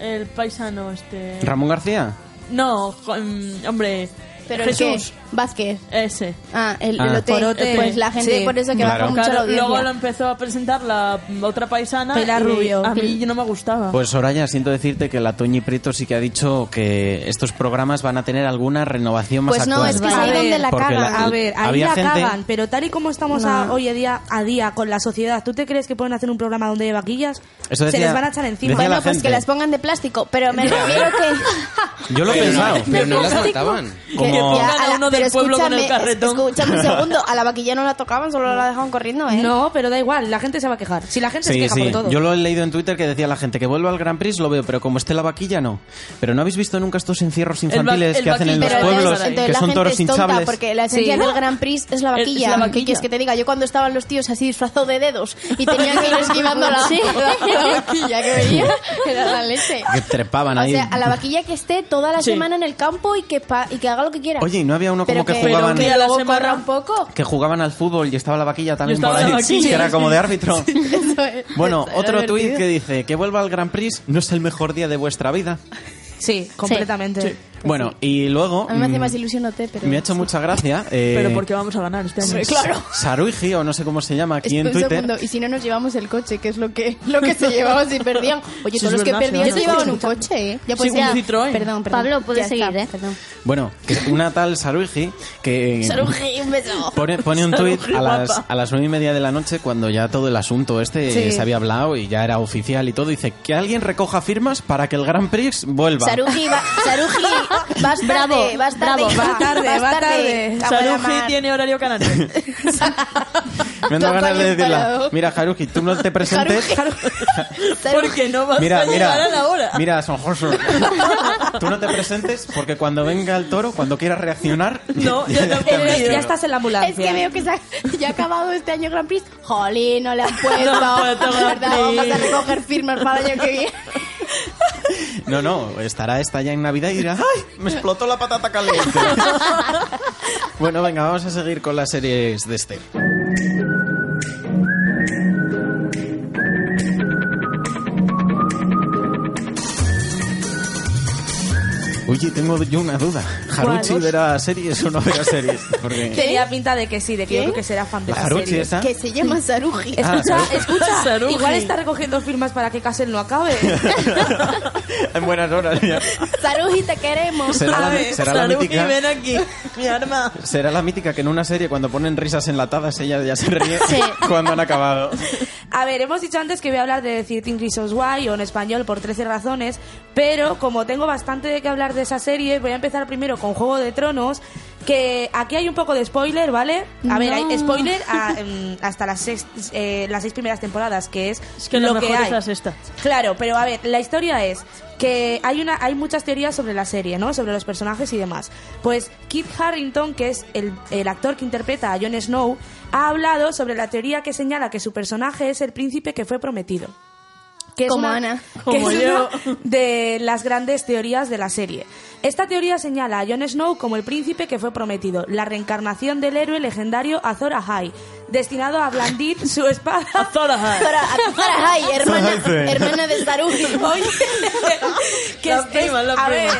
S6: el paisano este.
S1: Ramón García.
S6: No, jo- mm, hombre.
S9: Pero el que-
S6: Jesús.
S9: Vázquez.
S6: Ese.
S9: Ah, el, el
S1: Ah.
S9: OT.
S8: Por OT.
S9: Pues la gente,
S8: Sí.
S9: por eso que
S1: Claro.
S9: bajó mucho la
S6: Claro,
S9: audiencia.
S6: luego lo empezó a presentar la mm, otra paisana.
S8: Pilar
S6: y
S8: Rubio.
S6: A mí no me gustaba.
S1: Pues Soraya, siento decirte que la Toñi Prieto sí que ha dicho que estos programas van a tener alguna renovación más
S9: Pues no,
S1: actual.
S9: es que
S8: A
S9: ahí
S8: ver,
S9: donde la
S1: Porque
S9: cagan.
S1: la-
S8: A ver, ahí
S1: había
S8: la
S1: gente-
S8: cagan, pero tal y como estamos a- hoy a día, a día con la sociedad, ¿tú te crees que pueden hacer un programa donde hay vaquillas?
S1: Eso
S8: Se
S1: decía-
S8: les van a echar encima.
S1: decía
S9: bueno,
S1: la
S9: pues
S1: gente.
S9: que las pongan de plástico,
S1: [LAUGHS]
S9: pero me refiero que...
S1: Yo lo he
S2: Pero no,
S1: pensado.
S2: pero no las mataban.
S1: Como-
S9: Que
S6: pongan a
S9: la-
S6: uno
S9: pero
S6: del pueblo con el
S9: escúchame,
S6: carretón.
S9: Escúchame
S1: [LAUGHS]
S9: un segundo, a la vaquilla no la tocaban, solo la dejaban corriendo, ¿eh?
S8: No, pero da igual, la gente se va a quejar. Si la gente se
S1: Sí,
S8: queja
S1: sí.
S8: por todo.
S1: Yo lo he leído en Twitter que decía la gente que vuelva al Gran Prix, lo veo, pero como esté la vaquilla, no. Pero no habéis visto nunca estos encierros
S6: va-
S1: infantiles
S6: el
S1: que hacen en los
S6: vaquilla.
S9: Pero
S6: Los
S9: entonces-
S1: pueblos,
S6: la-
S9: entonces
S1: que
S9: la
S1: son
S9: gente
S1: toros
S9: es tonta,
S1: hinchables.
S9: porque la esencia
S6: Sí.
S9: del Grand Prix es la
S6: Es- es
S9: vaquilla.
S6: la vaquilla.
S9: ¿Qué quieres que te diga? Yo cuando estaban los tíos así disfrazados de dedos y tenían que ir esquivando
S6: [LAUGHS]
S9: la, [LAUGHS] la vaquilla que venía, era la leche.
S1: Que trepaban
S9: O
S1: ahí.
S9: sea, a la vaquilla que esté toda la
S6: Sí.
S9: semana en el campo y que, pa- y que haga lo que quiera.
S1: Oye, ¿y no había uno como
S9: Pero
S1: que,
S9: que-
S1: jugaban
S6: pero
S1: que...
S6: que- a la
S9: Luego
S6: semana-
S9: corra un poco.
S6: [LAUGHS]
S1: jugaban al fútbol y estaba la vaquilla también
S6: Y
S1: por
S6: estaba
S1: ahí?
S6: la vaquilla,
S1: que era
S6: sí.
S1: como
S8: [LAUGHS]
S1: de árbitro.
S9: Eso es.
S1: Bueno,
S9: Era
S1: otro tuit
S9: divertido.
S1: que dice que vuelva al Gran Prix no es el mejor día de vuestra vida.
S9: [LAUGHS]
S8: Sí, completamente.
S1: Bueno, y luego
S9: A mí me hace
S1: mm,
S9: más ilusión OT, pero...
S1: me ha hecho mucha gracia eh,
S6: Pero porque vamos a ganar este hombre.
S9: Claro.
S1: [LAUGHS] Saruigi o no sé cómo se llama aquí
S9: Espera
S1: en
S9: un
S1: Twitter.
S9: segundo, Y si no nos llevamos el coche, que es lo que, lo que se llevaban si
S6: [LAUGHS]
S9: perdían. Oye,
S6: Sí,
S9: todos
S6: es
S9: los que
S6: verdad,
S9: perdían
S6: sí,
S9: se
S6: sí,
S9: llevaban
S6: sí.
S9: un coche, ¿eh? Ya
S6: Sí,
S9: pues
S6: un
S9: ya.
S6: Citroën.
S9: Perdón, perdón.
S7: Pablo, puedes
S9: Ya
S7: seguir,
S9: está,
S7: ¿eh?
S9: Perdón.
S1: Bueno, que una tal Saruigi que
S9: Saruji, un beso.
S1: Pone,
S6: [LAUGHS]
S1: pone un tuit a las,
S6: guapa.
S1: a las nueve y media de la noche cuando ya todo el asunto este eh, se había hablado y ya era oficial y todo. Dice que alguien recoja firmas para que el Gran Prix vuelva.
S9: Saruji, va, Saruji, vas tarde,
S7: Bravo,
S9: vas tarde,
S7: bravo.
S9: hija,
S8: Va tarde,
S9: vas
S8: va tarde.
S9: tarde.
S6: Saruji tiene horario
S9: [LAUGHS]
S6: canario.
S1: Me han dado
S9: Toca
S1: ganas de
S9: y
S1: decirla.
S9: parado.
S1: Mira, Haruji, tú no
S6: [LAUGHS]
S1: te presentes.
S6: Porque no vas
S1: Mira,
S6: a llegar
S1: mira,
S6: a la hora.
S1: mira, Son Josu.
S6: [LAUGHS]
S1: Tú no te presentes porque cuando venga el toro, cuando quieras reaccionar,
S6: No,
S1: [LAUGHS]
S6: ya te has perdido.
S8: Ya estás en la ambulancia.
S9: Es que veo que se ha- [LAUGHS] ya ha acabado este año Grand Prix. Jolín, no le han
S6: [LAUGHS]
S9: puesto.
S6: No han puesto
S9: Pues De verdad,
S6: Grand
S9: vamos a
S6: Prix.
S9: recoger firmas para el año que
S6: [LAUGHS]
S9: viene.
S1: no, no, estará esta ya en Navidad y dirá, ¡ay! Me explotó la patata caliente. bueno, venga, vamos a seguir con las series de este. Oye, tengo yo una duda. ¿Haruchi
S8: ¿Cuál?
S1: verá series o no verá
S8: [LAUGHS]
S1: series? Porque...
S8: Tenía pinta de que sí, de que yo creo que será fan de
S1: ¿La
S8: la
S1: Haruchi
S8: serie.
S1: esa?
S9: Que se llama Saruji.
S1: Ah,
S8: Escucha,
S1: Saruji.
S9: [LAUGHS]
S8: escucha.
S6: Saruji.
S8: Igual está recogiendo firmas para que Casel no acabe.
S1: en buenas horas ya.
S9: Saruji, te queremos.
S1: Será la, será la mítica...
S6: aquí, mi arma.
S1: Será la mítica que en una serie cuando ponen risas enlatadas ella ya se ríe
S7: Sí.
S1: cuando han acabado.
S8: A ver, hemos dicho antes que voy a hablar de 13 Reasons Why o en español por 13 razones, pero como tengo bastante de que hablar de esa serie, voy a empezar primero con Juego de Tronos, que aquí hay un poco de spoiler, ¿vale? A ver, hay spoiler a, em, hasta las seis, eh, las seis primeras temporadas, que es,
S6: Es que lo, mejor
S8: que hay.
S6: es la sexta.
S8: Claro, pero a ver, la historia es que hay una hay muchas teorías sobre la serie, ¿no? Sobre los personajes y demás. Pues Kit Harrington, que es el, el actor que interpreta a Jon Snow, ha hablado sobre la teoría que señala que su personaje es el príncipe que fue prometido. Que
S9: Como
S8: una-
S9: Ana.
S8: que
S6: Como
S8: es
S6: yo.
S8: una [LAUGHS] de las grandes teorías de la serie. Esta teoría señala a Jon Snow como el príncipe que fue prometido, la reencarnación del héroe legendario Azor Ahai, destinado a
S6: [LAUGHS]
S8: blandir su espada
S6: Azor Ahai.
S9: Zara, Zara Hai, hermana, hermana de Saruji.
S8: Oye, que,
S6: La
S8: es,
S6: prima, la
S8: a
S6: prima.
S8: ver,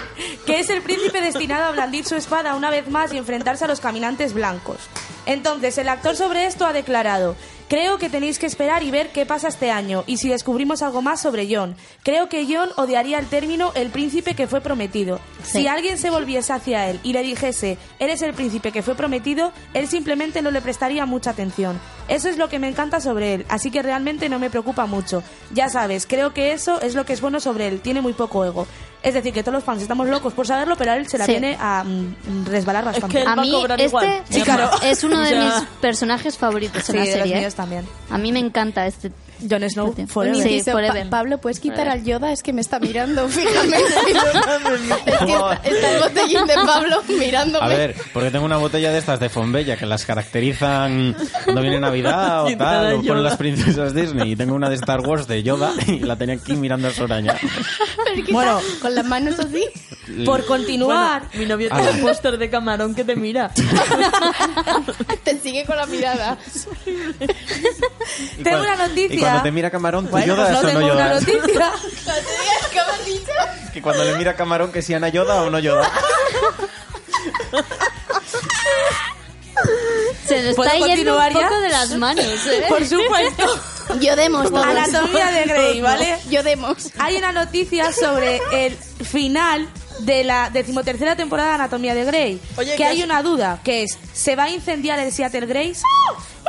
S8: que es el príncipe destinado a blandir su espada una vez más y enfrentarse a los caminantes blancos. Entonces, el actor sobre esto ha declarado, creo que tenéis que esperar y ver qué pasa este año y si descubrimos algo más sobre John. Creo que John odiaría el término el príncipe que fue prometido.
S7: Sí.
S8: Si alguien se volviese hacia él y le dijese, eres el príncipe que fue prometido, él simplemente no le prestaría mucha atención. Eso es lo que me encanta sobre él, así que realmente no me preocupa mucho. Ya sabes, creo que eso es lo que es bueno sobre él, tiene muy poco ego. Es decir, que todos los fans estamos locos por saberlo, pero a él se la
S7: Sí.
S8: viene a mm, resbalar bastante.
S6: que- Él
S7: A
S6: va a
S7: mí
S6: cobrar
S7: este
S6: igual. Sí, claro.
S7: es uno
S6: [LAUGHS]
S7: de
S6: Ya.
S7: mis personajes favoritos
S8: Sí,
S7: en la
S8: de los
S7: serie.
S8: míos
S7: ¿eh?
S8: también.
S7: A mí me encanta este.
S8: Jon Snow,
S7: Sí.
S8: forever.
S7: Sí.
S9: Dice,
S7: forever.
S9: "Pa- Pablo, ¿puedes quitar al Yoda? Es que me está mirando fijamente. es que está, está el botellín de Pablo mirándome.
S1: A
S9: [LAUGHS]
S1: ver, porque tengo una botella de estas de Fonbella que las caracterizan cuando viene Navidad o
S6: Quitar a
S1: tal, o
S6: Yoda.
S1: con las princesas Disney. Y tengo una de Star Wars de Yoda y la tenía aquí mirando a Soraya.
S9: Pero quizá
S8: Bueno.
S9: con las manos así.
S8: Por continuar,
S6: mi novio
S1: Ah.
S6: tiene un póster de camarón que te mira.
S9: [LAUGHS] Te sigue con la mirada.
S1: Y
S8: Tengo
S1: cuan-
S8: una noticia.
S1: Y cuando te mira Camarón, ¿tú
S8: Bueno,
S1: Yoda
S8: pues
S1: o
S8: no
S1: no
S8: tengo una
S1: Yoda?
S8: noticia.
S9: ¿Cómo has dicho?
S1: Que cuando le mira Camarón, que si Ana Yoda o no Yoda.
S7: Se nos
S8: ¿Puedo
S7: está yendo
S8: continuar
S7: un
S8: ya?
S7: poco de las manos, ¿eh?
S8: [LAUGHS] Por supuesto.
S9: Yo demos todos.
S8: Anatomía de Grey, ¿vale?
S9: [LAUGHS] Yo demos.
S8: Hay una noticia sobre el final de la decimotercera temporada de Anatomía de Grey.
S6: Oye,
S8: que
S6: que
S8: hay
S6: es-
S8: una duda, que es, ¿se va a incendiar el Seattle Grace?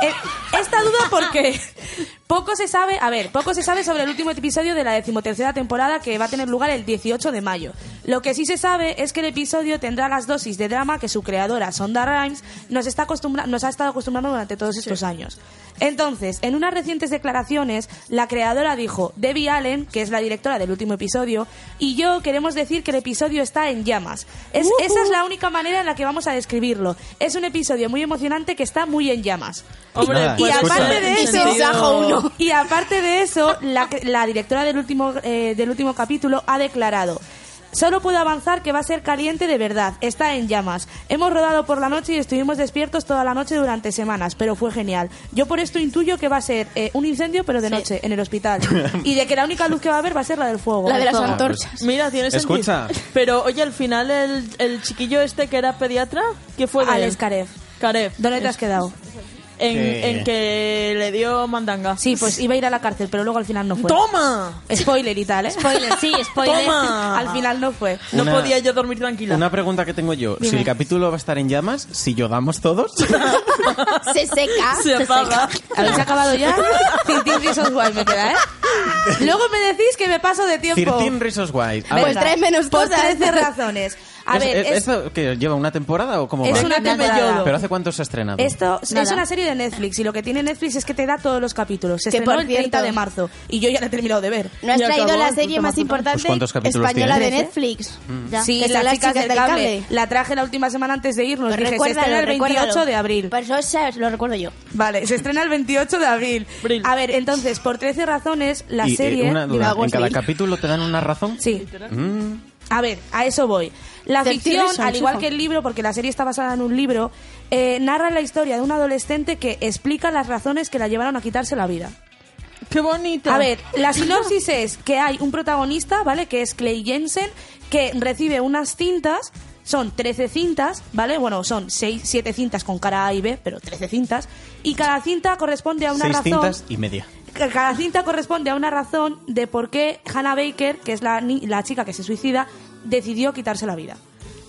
S8: Eh, Esta duda porque [LAUGHS] poco se sabe, a ver, poco se sabe sobre el último episodio de la decimotercera temporada que va a tener lugar el 18 de mayo. Lo que sí se sabe es que el episodio tendrá las dosis de drama que su creadora, Sonda Rhimes, nos, está acostumbra- nos ha estado acostumbrando durante todos estos años. Entonces, en unas recientes declaraciones, la creadora dijo, Debbie Allen, que es la directora del último episodio, y yo queremos decir que el episodio está en llamas. Es- Esa es la única manera en la que vamos a describirlo. Es un episodio muy emocionante que está muy en llamas.
S6: Hombre,
S1: Nada,
S8: Y
S6: pues,
S8: aparte
S1: escucha.
S8: de eso,
S6: Sentido-
S8: Sajo uno. Y aparte de eso, la, que- la directora del último eh, del último capítulo ha declarado. Solo puedo avanzar que va a ser caliente de verdad. Está en llamas. Hemos rodado por la noche y estuvimos despiertos toda la noche durante semanas, pero fue genial. Yo por esto intuyo que va a ser eh, un incendio, pero de noche, en el hospital.
S9: [LAUGHS]
S8: Y de que la única luz que va a haber va a ser la del fuego.
S9: La de las
S7: Ah, pues.
S9: antorchas.
S6: Mira, tienes
S1: Escucha.
S6: Pero oye, al final el, el chiquillo este que era pediatra, ¿qué fue de
S8: Alex
S6: él?
S8: Karev.
S6: Karev.
S8: ¿Dónde te has quedado?
S6: Pues En,
S1: Que-
S6: en que le dio mandanga.
S8: Sí, pues iba a ir a la cárcel, pero luego al final no fue.
S6: ¡Toma!
S8: Spoiler y tal, ¿eh?
S7: Spoiler, sí, spoiler.
S6: ¡Toma!
S8: Al final no fue.
S6: No
S1: Una-
S6: podía yo
S8: [LAUGHS]
S6: dormir tranquila.
S1: Una pregunta que tengo yo. Si
S8: Dime.
S1: el capítulo va a estar en llamas, si yodamos todos.
S9: Se seca.
S6: [LAUGHS] Se apaga.
S8: ¿Habéis acabado ya? Cintín Reasons Why me queda, ¿eh? Luego me decís que me paso de tiempo.
S1: 13 Reasons Why. A
S8: Venga,
S9: Pues trae menos
S8: por
S9: cosas.
S8: 13 razones. A
S1: ¿Es-
S8: ver,
S1: es-
S8: es-
S1: ¿Esto que lleva una temporada o cómo
S8: es
S1: va?
S8: una
S7: Nada.
S8: temporada.
S1: ¿Pero hace cuánto se ha estrenado?
S8: Esto es- es
S7: Nada.
S8: una serie de Netflix y lo que tiene Netflix es que te da todos los capítulos. Se
S9: Que,
S8: estrenó
S9: por
S8: el 30
S9: cierto-
S8: de marzo y yo ya la he terminado de ver.
S9: No has
S6: Ya
S9: traído
S6: acabó,
S9: la
S6: pues
S9: serie
S6: toma,
S9: más
S6: toma.
S9: importante
S1: Pues, ¿cuántos capítulos
S9: española
S1: tiene? Mm.
S9: de Netflix.
S7: Ya.
S8: Sí,
S9: que
S8: las chicas, del cable. La traje la última semana antes de irnos. Dije, se estrena el 28 de abril.
S9: Pues eso se- lo recuerdo yo.
S8: Vale, se estrena el 28 de abril.
S6: Abril.
S8: A ver, entonces, por 13 razones, la
S1: Y, eh,
S8: serie...
S1: una duda.
S9: Digo,
S1: ¿En cada
S9: sí.
S1: capítulo te dan una razón?
S8: Sí.
S1: Mm.
S8: A ver, a eso voy. La
S9: Del
S8: ficción,
S9: Tillerson,
S8: al igual
S9: chico.
S8: que el libro, porque la serie está basada en un libro, eh, narra la historia de un adolescente que explica las razones que la llevaron a quitarse la vida.
S6: ¡Qué bonito!
S8: A ver, la sinopsis es que hay un protagonista, ¿vale? Que es Clay Jensen, que recibe unas cintas, son 13 cintas, ¿vale? Bueno, son 6, 7 cintas con cara A y B, pero 13 cintas. Y cada cinta corresponde a una
S1: Seis
S8: razón.
S1: cintas y media.
S8: Ca- Cada cinta corresponde a una razón de por qué Hannah Baker, que es la, ni- la chica que se suicida, decidió quitarse la vida.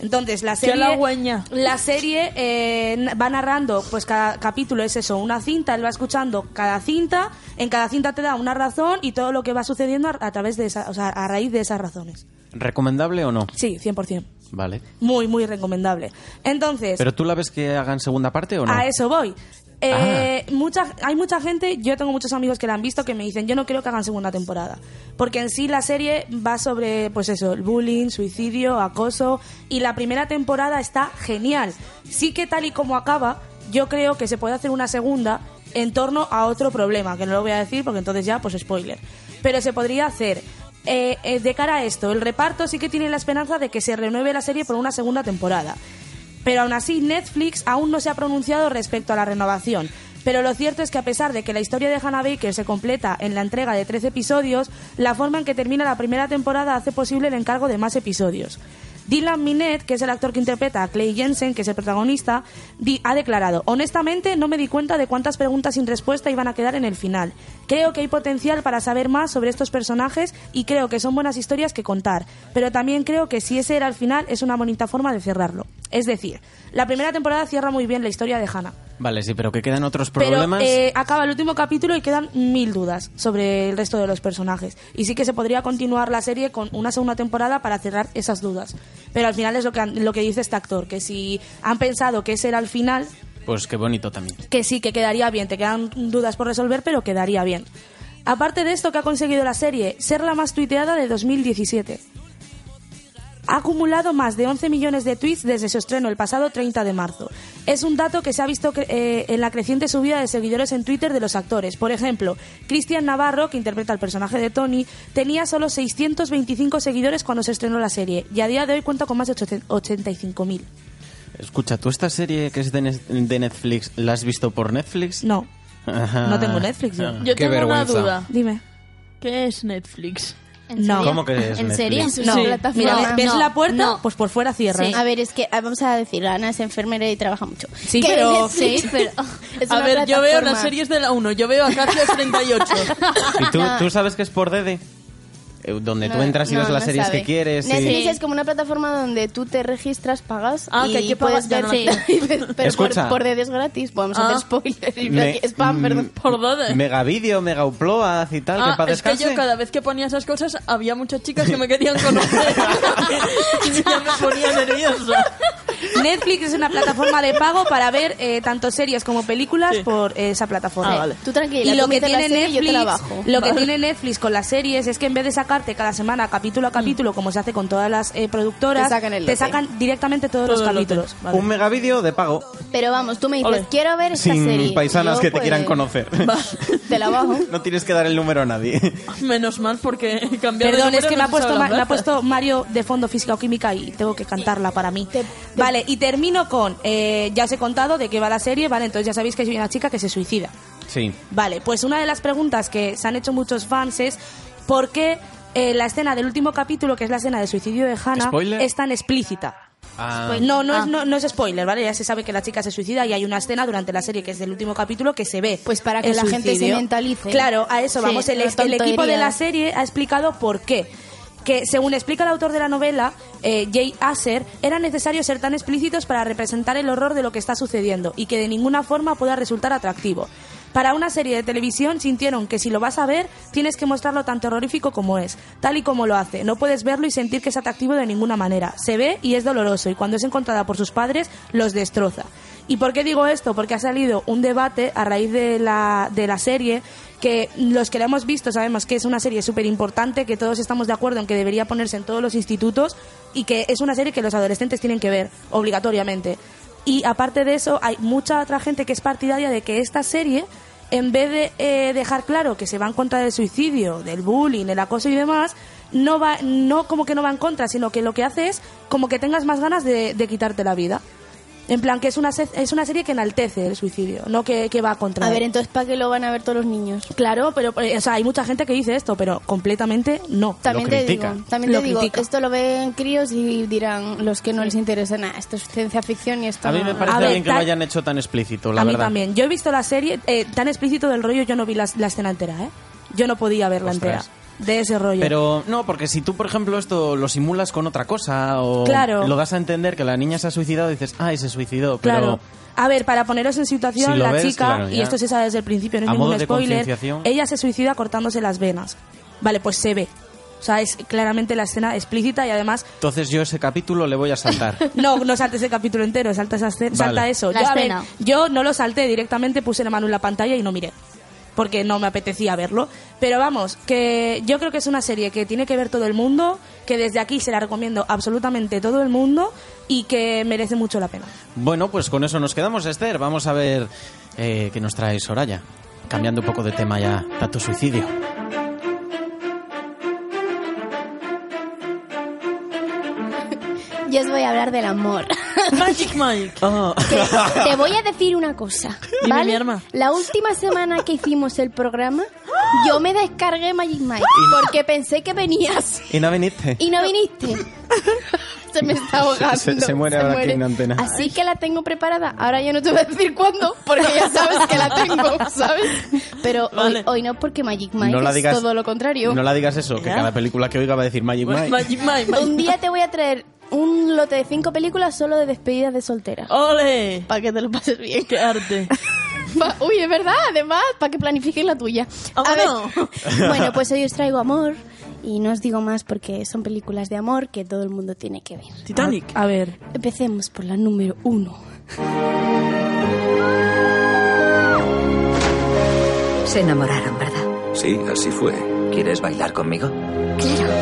S8: Entonces, la
S6: Qué
S8: serie,
S6: halagüeña.
S8: la serie eh, na- va narrando, pues cada capítulo es eso, una cinta, él va escuchando cada cinta, en cada cinta te da una razón y todo lo que va sucediendo a, a través de esa, o sea, a raíz de esas razones.
S1: ¿Recomendable o no?
S8: Sí, 100%.
S1: Vale.
S8: Muy, muy recomendable. Entonces,
S1: ¿Pero tú la ves que hagan segunda parte o no? Ah.
S8: a eso voy. Eh, mucha, hay mucha gente, yo tengo muchos amigos que la han visto que me dicen, yo no creo que hagan segunda temporada. Porque en sí la serie va sobre, pues eso, el bullying, suicidio, acoso. Y la primera temporada está genial. Sí que tal y como acaba, yo creo que se puede hacer una segunda en torno a otro problema, que no lo voy a decir porque entonces ya, pues spoiler. Pero se podría hacer. Eh, eh, de cara a esto, el reparto sí que tiene la esperanza de que se renueve la serie por una segunda temporada. Pero aún así, Netflix aún no se ha pronunciado respecto a la renovación. Pero lo cierto es que a pesar de que la historia de Hannah Baker se completa en la entrega de 13 episodios, la forma en que termina la primera temporada hace posible el encargo de más episodios. Dylan Minnette, que es el actor que interpreta a Clay Jensen, que es el protagonista, di- ha declarado, honestamente no me di cuenta de cuántas preguntas sin respuesta iban a quedar en el final. Creo que hay potencial para saber más sobre estos personajes y creo que son buenas historias que contar, pero también creo que si ese era el final es una bonita forma de cerrarlo. Es decir, la primera temporada cierra muy bien la historia de Hannah,
S1: Vale, sí, pero que quedan otros problemas.
S8: pero eh, acaba el último capítulo y quedan mil dudas sobre el resto de los personajes. Y sí que se podría continuar la serie con una segunda temporada para cerrar esas dudas. Pero al final es lo que, han- lo que dice este actor, que si han pensado que ese era el final,
S1: Pues qué bonito también.
S8: que sí, que quedaría bien, te quedan dudas por resolver, pero quedaría bien. Aparte de esto que ha conseguido la serie, ser la más tuiteada de 2017. Ha acumulado más de 11 millones de tweets desde su estreno el pasado 30 de marzo. Es un dato que se ha visto cre- eh, en la creciente subida de seguidores en Twitter de los actores. Por ejemplo, Cristian Navarro, que interpreta al personaje de Tony, tenía solo 625 seguidores cuando se estrenó la serie y a día de hoy cuenta con más de 800- 85.000.
S1: Escucha, ¿tú esta serie que es de, Net- de Netflix la has visto por Netflix?
S8: No,
S1: Ajá.
S8: no tengo Netflix.
S1: Ah,
S8: yo.
S6: Yo
S2: Qué
S6: tengo
S2: vergüenza.
S6: una duda.
S8: Dime.
S6: ¿Qué es Netflix?
S9: ¿En
S8: No.
S9: serio?
S1: ¿Cómo que es
S7: ¿En serio?
S1: Netflix?
S9: No,
S6: Sí.
S9: plataforma.
S8: Mira,
S9: No.
S8: ¿ves la puerta?
S7: no.
S8: Pues por fuera cierra.
S7: Sí.
S9: A ver, es que ah, vamos a decir, Ana es enfermera y trabaja mucho.
S8: Sí,
S9: [LAUGHS] Que
S8: pero- [LAUGHS]
S9: Netflix
S7: Sí, pero...
S9: es
S6: a
S9: una
S6: ver, yo veo
S9: plataforma.
S6: las series de la 1, yo veo a
S9: [LAUGHS]
S6: Cacio 38.
S1: ¿Y tú, tú sabes que es por Dede? Eh, Donde tú
S9: No,
S1: entras y
S9: no,
S1: ves las
S9: no
S1: series
S9: sabe.
S1: que quieres. y-
S9: Netflix es como una plataforma donde tú te registras, pagas
S6: Ah,
S9: y
S6: que aquí
S9: puedes
S6: pagas, ya
S9: ver.
S6: no
S9: [LAUGHS] y ves- pero
S1: Escucha.
S9: por, por dedos gratis, podemos
S6: Ah.
S9: hacer spoiler y
S1: Me-
S9: spam, perdón.
S1: mm,
S6: Por Dede.
S1: Megavideo, Mega Upload y tal, que
S6: Ah,
S1: para
S6: es que yo cada vez que ponía esas cosas había muchas chicas
S1: [LAUGHS]
S6: que me querían conocer. y ya me ponía nerviosa.
S8: Netflix es una plataforma de pago para ver eh, tanto series como películas por eh, esa plataforma.
S6: Ah, vale.
S9: Tú tranquila,
S8: y lo
S9: tú
S8: que
S9: metes la
S8: tiene
S9: serie y yo
S8: Netflix,
S9: te la bajo.
S8: lo que
S9: Vale.
S8: tiene Netflix con las series es que en vez de sacarte cada semana capítulo a capítulo como se hace con todas las eh, productoras,
S9: Mm. Te sacan el lote.
S8: sacan directamente todos
S6: Todo
S8: los
S6: el lote.
S8: capítulos.
S6: Vale.
S1: Un megavideo de pago.
S9: Pero vamos, tú me dices,
S6: Ole.
S9: quiero ver esta
S1: Sin
S9: serie.
S1: paisanas
S9: Yo,
S1: que te
S9: pues,
S8: [LAUGHS]
S1: quieran conocer.
S9: [LAUGHS] Te
S6: [LAUGHS]
S9: la bajo.
S1: No tienes que dar el número a nadie.
S6: Menos mal porque cambiar de
S8: Perdón,
S6: número
S8: es que
S6: no
S8: me ha,
S6: se
S8: puesto,
S6: sabe
S8: Ma-
S6: las
S8: me ha
S6: plazas.
S8: puesto Mario de fondo física o química y tengo que cantarla para mí.
S9: Te- te-
S8: Vale, y termino con, eh, ya os he contado de qué va la serie, vale, entonces ya sabéis que soy una chica que se suicida.
S1: Sí.
S8: Vale, pues una de las preguntas que se han hecho muchos fans es ¿por qué eh, la escena del último capítulo, que es la escena de suicidio de Hannah,
S1: ¿Spoiler?
S8: es tan explícita?
S1: Ah,
S8: Pues
S9: Pues,
S8: No, no, es, no, no es spoiler, ¿vale? Ya se sabe que la chica se suicida y hay una escena durante la serie que es del último capítulo que se ve.
S9: Pues para que
S8: el
S9: la gente se
S8: suicidio.
S9: mentalice.
S8: Claro, a eso
S9: Sí,
S8: vamos. El,
S9: una
S8: ex- el equipo de
S9: tontería.
S8: la serie ha explicado por qué. Que según explica el autor de la novela, eh, Jay Asher, era necesario ser tan explícitos para representar el horror de lo que está sucediendo y que de ninguna forma pueda resultar atractivo. Para una serie de televisión sintieron que si lo vas a ver, tienes que mostrarlo tan terrorífico como es, tal y como lo hace. No puedes verlo y sentir que es atractivo de ninguna manera. Se ve y es doloroso y cuando es encontrada por sus padres los destroza. ¿Y por qué digo esto? Porque ha salido un debate a raíz de la, de la serie que los que la hemos visto sabemos que es una serie súper importante, que todos estamos de acuerdo en que debería ponerse en todos los institutos y que es una serie que los adolescentes tienen que ver, obligatoriamente. Y aparte de eso, hay mucha otra gente que es partidaria de que esta serie, en vez de eh, dejar claro que se va en contra del suicidio, del bullying, el acoso y demás, no va, no como que no va en contra, sino que lo que hace es como que tengas más ganas de, de quitarte la vida. En plan, que es una, se- es una serie que enaltece el suicidio, no que, que va contra
S9: A
S8: él.
S9: ver, entonces, ¿para qué lo van a ver todos los niños?
S8: Claro, pero eh, o sea, hay mucha gente que dice esto, pero completamente no.
S9: También te digo, también te
S8: Lo
S9: digo
S8: critica.
S9: esto lo ven críos y dirán los que no les interesa nada. Esto es ciencia ficción y esto
S1: A mí me
S9: no-
S1: parece
S8: A ver,
S1: bien que lo
S8: tal-
S1: hayan hecho tan explícito, la
S8: a mí
S1: verdad.
S8: también. Yo he visto la serie eh, tan explícito del rollo, yo no vi la, la escena entera, ¿eh? Yo no podía verla
S1: Ostras.
S8: entera. De ese rollo.
S1: Pero no, porque si tú, por ejemplo, esto lo simulas con otra cosa o
S8: Claro.
S1: lo das a entender que la niña se ha suicidado, dices, ay, se suicidó,
S8: Claro.
S1: pero
S8: A ver, para poneros en situación,
S1: Si lo
S8: la
S1: ves,
S8: chica,
S1: claro,
S8: y
S1: ya.
S8: esto se sabe desde el principio, no es
S1: A modo
S8: ningún
S1: de
S8: spoiler,
S1: concienciación.
S8: ella se suicida cortándose las venas. Vale, pues se ve. O sea, es claramente la escena explícita y
S7: [LAUGHS]
S8: además...
S1: entonces yo ese capítulo le voy a
S8: [LAUGHS]
S1: saltar.
S8: No, no saltes el capítulo entero, salta, esa escena- salta
S1: Vale.
S8: eso.
S7: La
S8: yo, a ver,
S7: escena.
S8: yo no lo salté directamente, puse la mano en la pantalla y no miré. Porque no me apetecía verlo. Pero vamos, que yo creo que es una serie que tiene que ver todo el mundo, que desde aquí se la recomiendo absolutamente todo el mundo y que merece mucho la pena.
S1: bueno, pues con eso nos quedamos, Esther. Vamos a ver eh, qué nos trae Soraya. Cambiando un poco de tema ya, tanto suicidio.
S9: [LAUGHS] Yo os voy a hablar del amor.
S6: [LAUGHS] Magic Mike.
S9: Oh.
S1: Ah.
S9: Que te voy a decir una cosa.
S6: [LAUGHS] Dime,
S9: ¿vale?
S6: mi arma.
S9: La última semana que hicimos el programa, yo me descargué Magic Mike porque pensé que venías
S1: y no viniste.
S9: y no viniste. [LAUGHS] Se me está ahogando.
S1: Se- se muere ahora aquí en antena.
S9: Así que la tengo preparada. Ahora yo no te voy a decir cuándo, porque ya sabes que la tengo, ¿sabes? Pero hoy-
S6: Vale.
S9: hoy, no, porque Magic Mike es todo lo contrario.
S1: No la digas eso, que
S6: ¿Ya?
S1: cada película que oiga va a decir Magic
S9: Pues
S1: Mike.
S6: Magic Mike. Magic-
S9: Un día te voy a traer un lote de cinco películas solo de despedidas de soltera.
S6: ¡Ole!
S9: Para que te lo pases bien.
S6: ¡Qué arte!
S9: Pa- Uy, es verdad, además, para que planifiques la tuya.
S6: Ah,
S9: [LAUGHS] bueno, pues hoy os traigo amor y no os digo más porque son películas de amor que todo el mundo tiene que ver.
S6: Titanic.
S8: A ver,
S9: Empecemos por la número uno.
S10: Se enamoraron, ¿verdad?
S11: Sí, así fue. ¿Quieres bailar conmigo?
S10: Claro.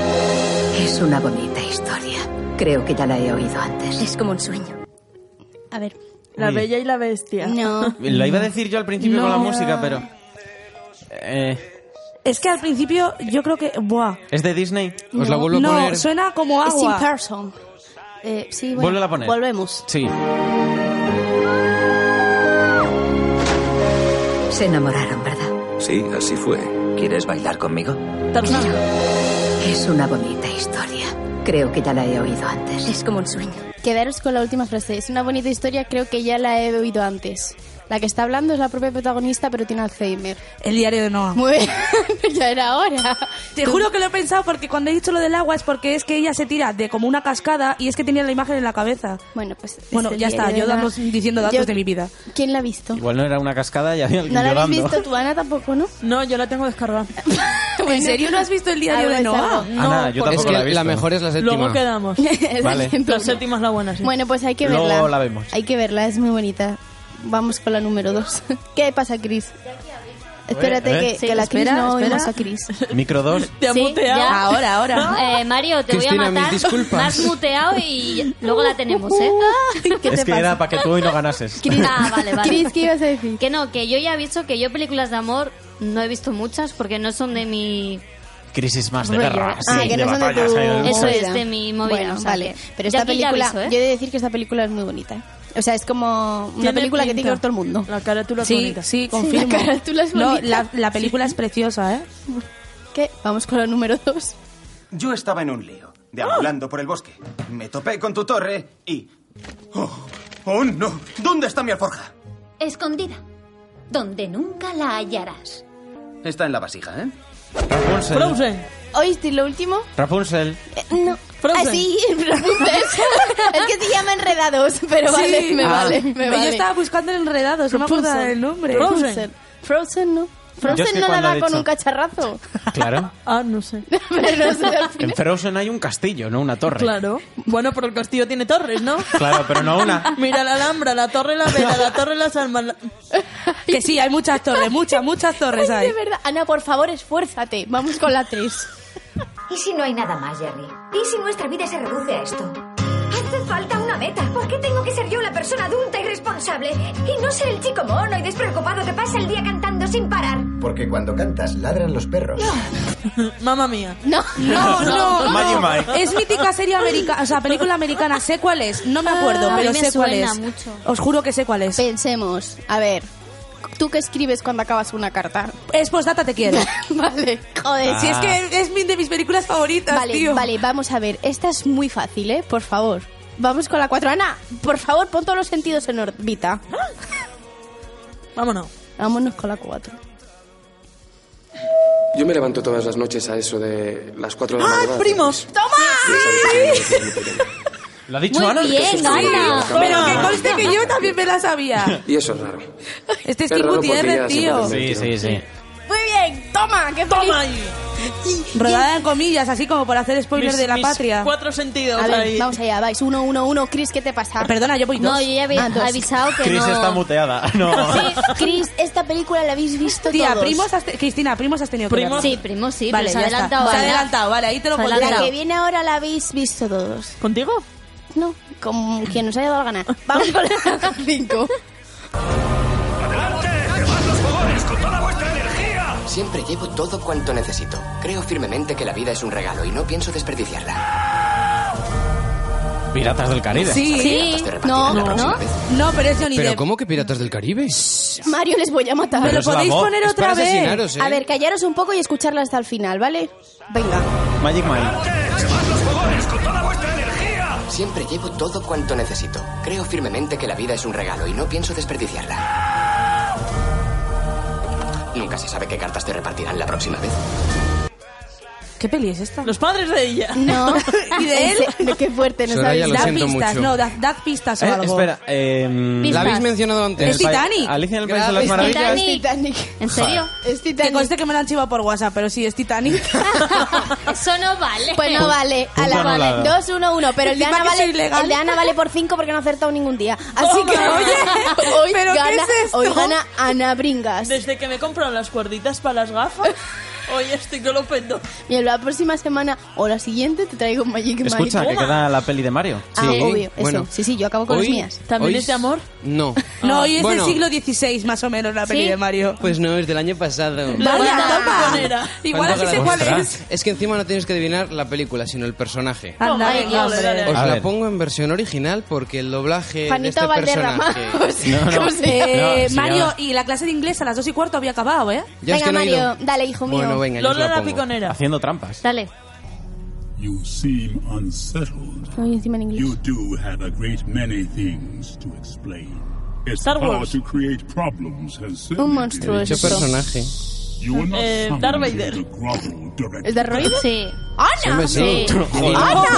S12: Es una bonita historia. Creo que ya la he oído antes.
S10: Es como un sueño.
S9: A ver,
S6: La
S1: Uy.
S6: Bella y la Bestia.
S9: no.
S1: Lo iba a decir yo al principio con la
S8: No.
S1: música, pero... Eh,
S8: es que al principio yo creo que... Buah.
S1: ¿Es de Disney?
S2: Os la vuelvo a
S8: no,
S2: poner.
S8: suena como
S9: Es in
S8: agua.
S9: person. Eh, sí, bueno,
S1: Vuélvela a poner.
S9: Volvemos.
S1: Sí.
S12: Se enamoraron, ¿verdad?
S11: Sí, así fue. ¿Quieres bailar conmigo?
S6: Tarzán.
S12: Es una bonita historia. Creo que ya la he oído antes.
S10: Es como un sueño.
S9: Quedaros con la última frase. Es una bonita historia, creo que ya la he oído antes. La que está hablando es la propia protagonista, pero tiene Alzheimer.
S8: El diario de Noah.
S9: Muy bien, [LAUGHS] ya era hora.
S8: Te juro que lo he pensado porque cuando he dicho lo del agua es porque es que ella se tira de como una cascada y es que tenía la imagen en la cabeza.
S9: Bueno, pues. es
S8: Bueno,
S9: el
S8: ya
S9: diario
S8: está,
S9: de
S8: yo
S9: Ana.
S8: damos- diciendo datos
S9: Yo-
S8: de mi vida.
S9: ¿Quién la ha visto?
S1: Igual no era una cascada y había alguien
S9: ¿No la habéis
S1: llorando.
S9: visto tú, Ana, tampoco, no?
S6: No, yo la tengo
S9: [LAUGHS]
S6: descargada.
S8: ¿En serio no has visto el diario
S9: Ahora
S8: de
S9: es
S8: Noah?
S1: [LAUGHS]
S9: algo.
S1: Ana, yo
S2: Es
S1: tampoco
S2: que
S1: la he visto.
S2: la mejor es la séptima.
S6: Luego
S9: [LAUGHS]
S6: quedamos.
S9: Es
S1: Vale.
S6: La
S9: el 101.
S6: séptima es la buena, sí.
S9: Bueno, pues hay que
S1: Luego
S9: verla.
S1: la vemos.
S9: Hay que verla, es muy bonita. Vamos con la número 2. [LAUGHS] ¿Qué pasa, Chris? Espérate
S1: eh.
S9: que,
S7: Sí,
S9: que la
S7: espera,
S9: Cris no
S7: espera.
S9: oímos a Cris.
S1: Micro
S9: [LAUGHS]
S1: 2.
S6: Te ha
S7: Sí,
S6: muteado.
S7: ya.
S9: Ahora, ahora.
S7: Eh, Mario, te
S2: Cristina,
S7: voy a
S2: mis
S7: matar.
S2: disculpas.
S7: Me has muteado y luego la tenemos,
S9: [LAUGHS]
S7: ¿eh?
S9: ¿Qué te
S1: Es que
S9: pasa?
S1: era para que tú
S7: [LAUGHS]
S1: hoy no ganases.
S7: Ah, vale, vale.
S9: Cris, ¿qué ibas a decir?
S7: Que no, que yo ya he visto que yo películas de amor no he visto muchas porque no son de mi...
S1: Crisis más de
S9: Rollo.
S1: guerra.
S9: Ah,
S1: sí,
S9: que
S1: de
S9: no son de
S1: batallas.
S9: tu
S1: eh,
S7: Eso
S9: movida.
S7: es, de mi movida,
S9: Bueno,
S7: o sea
S9: vale.
S7: que-
S9: Pero
S7: Ya
S9: esta
S7: aquí ya
S9: película,
S7: aviso, ¿eh?
S9: yo he de decir que esta película es muy bonita. O sea, es como una
S6: Tiene
S9: película que tiene que ver
S6: pinta.
S9: todo el mundo.
S6: La carátula es
S8: Sí,
S6: bonita.
S8: sí, confirmo.
S9: la carátula es
S8: no,
S9: bonita.
S8: la, la película es preciosa, ¿eh?
S9: ¿Qué? Vamos con la número 2.
S13: Yo estaba en un lío, deambulando por el bosque. Me topé con tu torre y... ¡Oh! ¡Oh, no! ¿Dónde está mi alforja?
S12: Escondida. Donde nunca la hallarás.
S13: Está en la vasija, ¿eh?
S1: Rapunzel.
S6: Frozen.
S9: ¿Oíste lo último?
S1: Rapunzel.
S9: Eh, no.
S6: Frozen.
S9: Así, es que se llama Enredados, pero vale, me
S8: Ah.
S9: vale, me
S8: Yo
S9: vale.
S8: estaba buscando en enredados, no me acuerdo
S9: Rapunzel.
S8: del nombre.
S9: Frozen. Frozen no.
S1: Yo es
S9: Frozen
S1: que
S9: no la
S1: cuando
S9: da
S1: he
S9: con
S1: dicho-
S9: un cacharrazo. [LAUGHS]
S1: Claro.
S6: Ah, no sé.
S9: pero no sé, al
S1: En
S9: final.
S1: Frozen hay un castillo, no una torre.
S6: Claro. Bueno, pero el castillo tiene torres, ¿no?
S1: Claro, pero no una.
S6: Mira la Alhambra, la Torre la Vela, la Torre las Almas. la-
S8: Que sí, hay muchas torres, muchas, muchas torres hay.
S9: Ay, de verdad. Ana, por favor, esfuérzate. Vamos con la 3.
S12: ¿Y si no hay nada más, Jerry? ¿Y si nuestra vida se reduce a esto? Haz
S14: hace falta una meta. ¿Por qué tengo que ser yo la persona adulta y responsable? Y no ser el chico mono y despreocupado que pasa el día cantando sin parar.
S15: Porque cuando cantas ladran los perros.
S6: Mamma mía.
S8: No, no, no.
S15: Magic Mike.
S8: Es mítica serie americana, o sea, película americana. Sé cuál es, no me acuerdo,
S9: Ah, a
S8: pero
S9: mí me
S8: sé cuál
S9: suena
S8: es.
S9: mucho.
S8: Os juro que sé cuál es.
S9: Pensemos, a ver, ¿tú qué escribes cuando acabas una carta?
S8: Es postdata, te quiero.
S9: [LAUGHS] vale. Joder,
S8: si es que es mi- de mis películas favoritas,
S9: vale,
S8: tío.
S9: Vale, vamos a ver. Esta es muy fácil, ¿eh? Por favor. Vamos con la 4. Ana, por favor, pon todos los sentidos en
S8: [GASPS]
S9: órbita.
S6: Vámonos.
S9: Vámonos con la 4.
S16: Yo me levanto todas las noches a eso de las 4 de la
S6: ¡Ah,
S16: mañana.
S6: primos!
S8: [LAUGHS]
S16: ¿Lo ha
S8: Muy bien, Ana. Pero que conste que yo también me la
S16: [LAUGHS]
S8: sabía.
S16: Y eso es raro.
S8: Este es
S16: Es
S8: Kim
S16: raro porque
S8: Gutiérrez,
S16: ya se
S8: tío.
S16: puede
S1: Sí, sí, sí.
S9: Muy bien, toma, que toma.
S8: Rodada en comillas, así como por hacer spoilers
S9: Mis-
S8: de la
S9: mis
S8: patria.
S6: Cuatro sentidos
S9: A ver,
S6: ahí.
S9: vamos allá, vais. Uno, uno, uno. Chris, ¿qué te pasa?
S8: Eh, Perdona, yo voy
S9: No,
S8: dos.
S9: yo ya había
S8: Ah, dos.
S9: avisado que no.
S1: muteada. [LAUGHS] No.
S9: Chris, esta película la habéis visto
S8: Tía,
S9: todos.
S8: primos has te- Cristina, primos has tenido que
S9: Primos-
S8: verla.
S9: Sí, primos sí,
S8: Vale,
S9: pero se
S8: ya está.
S9: ha adelantado
S8: Se ha
S9: Ana.
S8: adelantado, vale, ahí te lo pondré.
S9: La que viene ahora la habéis visto todos.
S6: ¿Contigo?
S9: No, con quien nos haya dado la gana. Vamos con la
S8: [LAUGHS]
S9: 5.
S11: Siempre llevo todo cuanto necesito. Creo firmemente que la vida es un regalo y no pienso desperdiciarla.
S1: Piratas del Caribe.
S8: Sí.
S11: Tratas de repartir
S8: No,
S11: la
S8: no,
S11: próxima
S8: no.
S11: vez.
S8: No, pero es Johnny
S2: ¿Pero
S8: Depp.
S2: cómo que Piratas del Caribe?
S9: Mario les voy a matar.
S2: ¿Me lo Pero es la podéis voz. poner Es otra para vez? asesinaros, ¿eh?
S9: A ver, callaros un poco y escucharla hasta el final, ¿vale? Venga.
S1: Magic Mike.
S11: Siempre llevo todo cuanto necesito. Creo firmemente que la vida es un regalo y no pienso desperdiciarla. Nunca se sabe qué cartas te repartirán la próxima vez.
S8: ¿Qué peli es esta?
S6: Los padres de ella.
S9: No.
S8: [LAUGHS] ¿Y
S9: [LAUGHS]
S8: de él?
S9: Qué fuerte,
S2: no Soraya, sabéis. lo
S8: Dad
S2: siento
S8: pistas,
S2: mucho.
S8: no, dad, dad pistas o
S1: Eh,
S8: algo.
S1: espera, eh,
S2: La habéis mencionado antes.
S8: Es Titanic.
S1: Alicia en el País de las Maravillas.
S9: Mm. Es Titanic.
S8: ¿En
S1: serio?
S9: Es Titanic.
S8: Que conste que me lo han chivado por WhatsApp, pero sí, es Titanic.
S9: Eso no vale. Pues no vale.
S8: Punto
S9: A la
S8: anulado.
S9: vale. Dos, uno, uno. Pero el de,
S8: Encima
S9: Ana
S8: que soy
S9: vale,
S8: legal.
S9: el de Ana vale por cinco porque no ha acertado ningún día. Así
S8: Toma.
S9: que
S8: [LAUGHS] Oye,
S9: [LAUGHS] hoy,
S8: ¿pero qué
S9: gana,
S8: es esto?
S9: hoy gana Ana Bringas.
S6: Desde que me compran las cuerditas para las
S8: [LAUGHS]
S6: gafas, hoy estoy que lo pendo.
S9: Mira, la próxima semana o la siguiente te traigo un Magic Mike.
S1: Escucha, que
S9: Toma.
S1: queda la peli de Mario.
S9: Ah, obvio. Eso.
S1: Bueno.
S9: Sí, sí, yo acabo con
S1: Hoy-
S9: las mías.
S2: ¿También hoy es de
S6: amor?
S2: No.
S8: [LAUGHS] No, hoy es
S2: Bueno,
S8: del siglo XVI, más o menos, la peli de Mario.
S2: Pues no, es del año pasado.
S8: Igual así
S2: ¿Cuánto
S8: sé
S2: grado?
S8: cuál
S2: Ostras.
S8: es.
S2: Es que encima no tienes que adivinar la película, sino el personaje.
S9: Oh,
S8: Anda,
S6: Ay,
S8: venga,
S6: Dios,
S8: hombre.
S9: Eh,
S6: dale.
S2: Os
S6: A
S2: la
S6: ver.
S2: pongo en versión original porque el doblaje de
S8: Juanito
S2: este
S8: Valderrama. [LAUGHS]
S2: personaje... [LAUGHS]
S8: No, no. ¿Cómo se- Eh,
S2: No, sí,
S8: Mario,
S2: ahora-
S8: y la clase de inglés a las dos y cuarto había acabado, ¿eh?
S2: Ya es Venga, que no he Mario, ido.
S9: dale, hijo
S2: Bueno, venga, yo os la pongo.
S1: Haciendo trampas.
S9: Dale.
S17: You seem unsettled.
S9: Hoy encima en inglés.
S17: You do have a great many things to explain. Its
S6: Star
S17: power
S6: Wars.
S17: to create problems has certainly
S9: Un monstruo
S17: been-
S9: es Dicho esto. personaje.
S17: You were not
S6: Eh,
S17: summoned
S6: Darth
S17: here
S6: Vader.
S17: to grovel directly.
S9: ¿Es de Roy? Sí.
S17: hombre,
S9: ¡Ana!
S17: sí. Joder.
S9: Ah,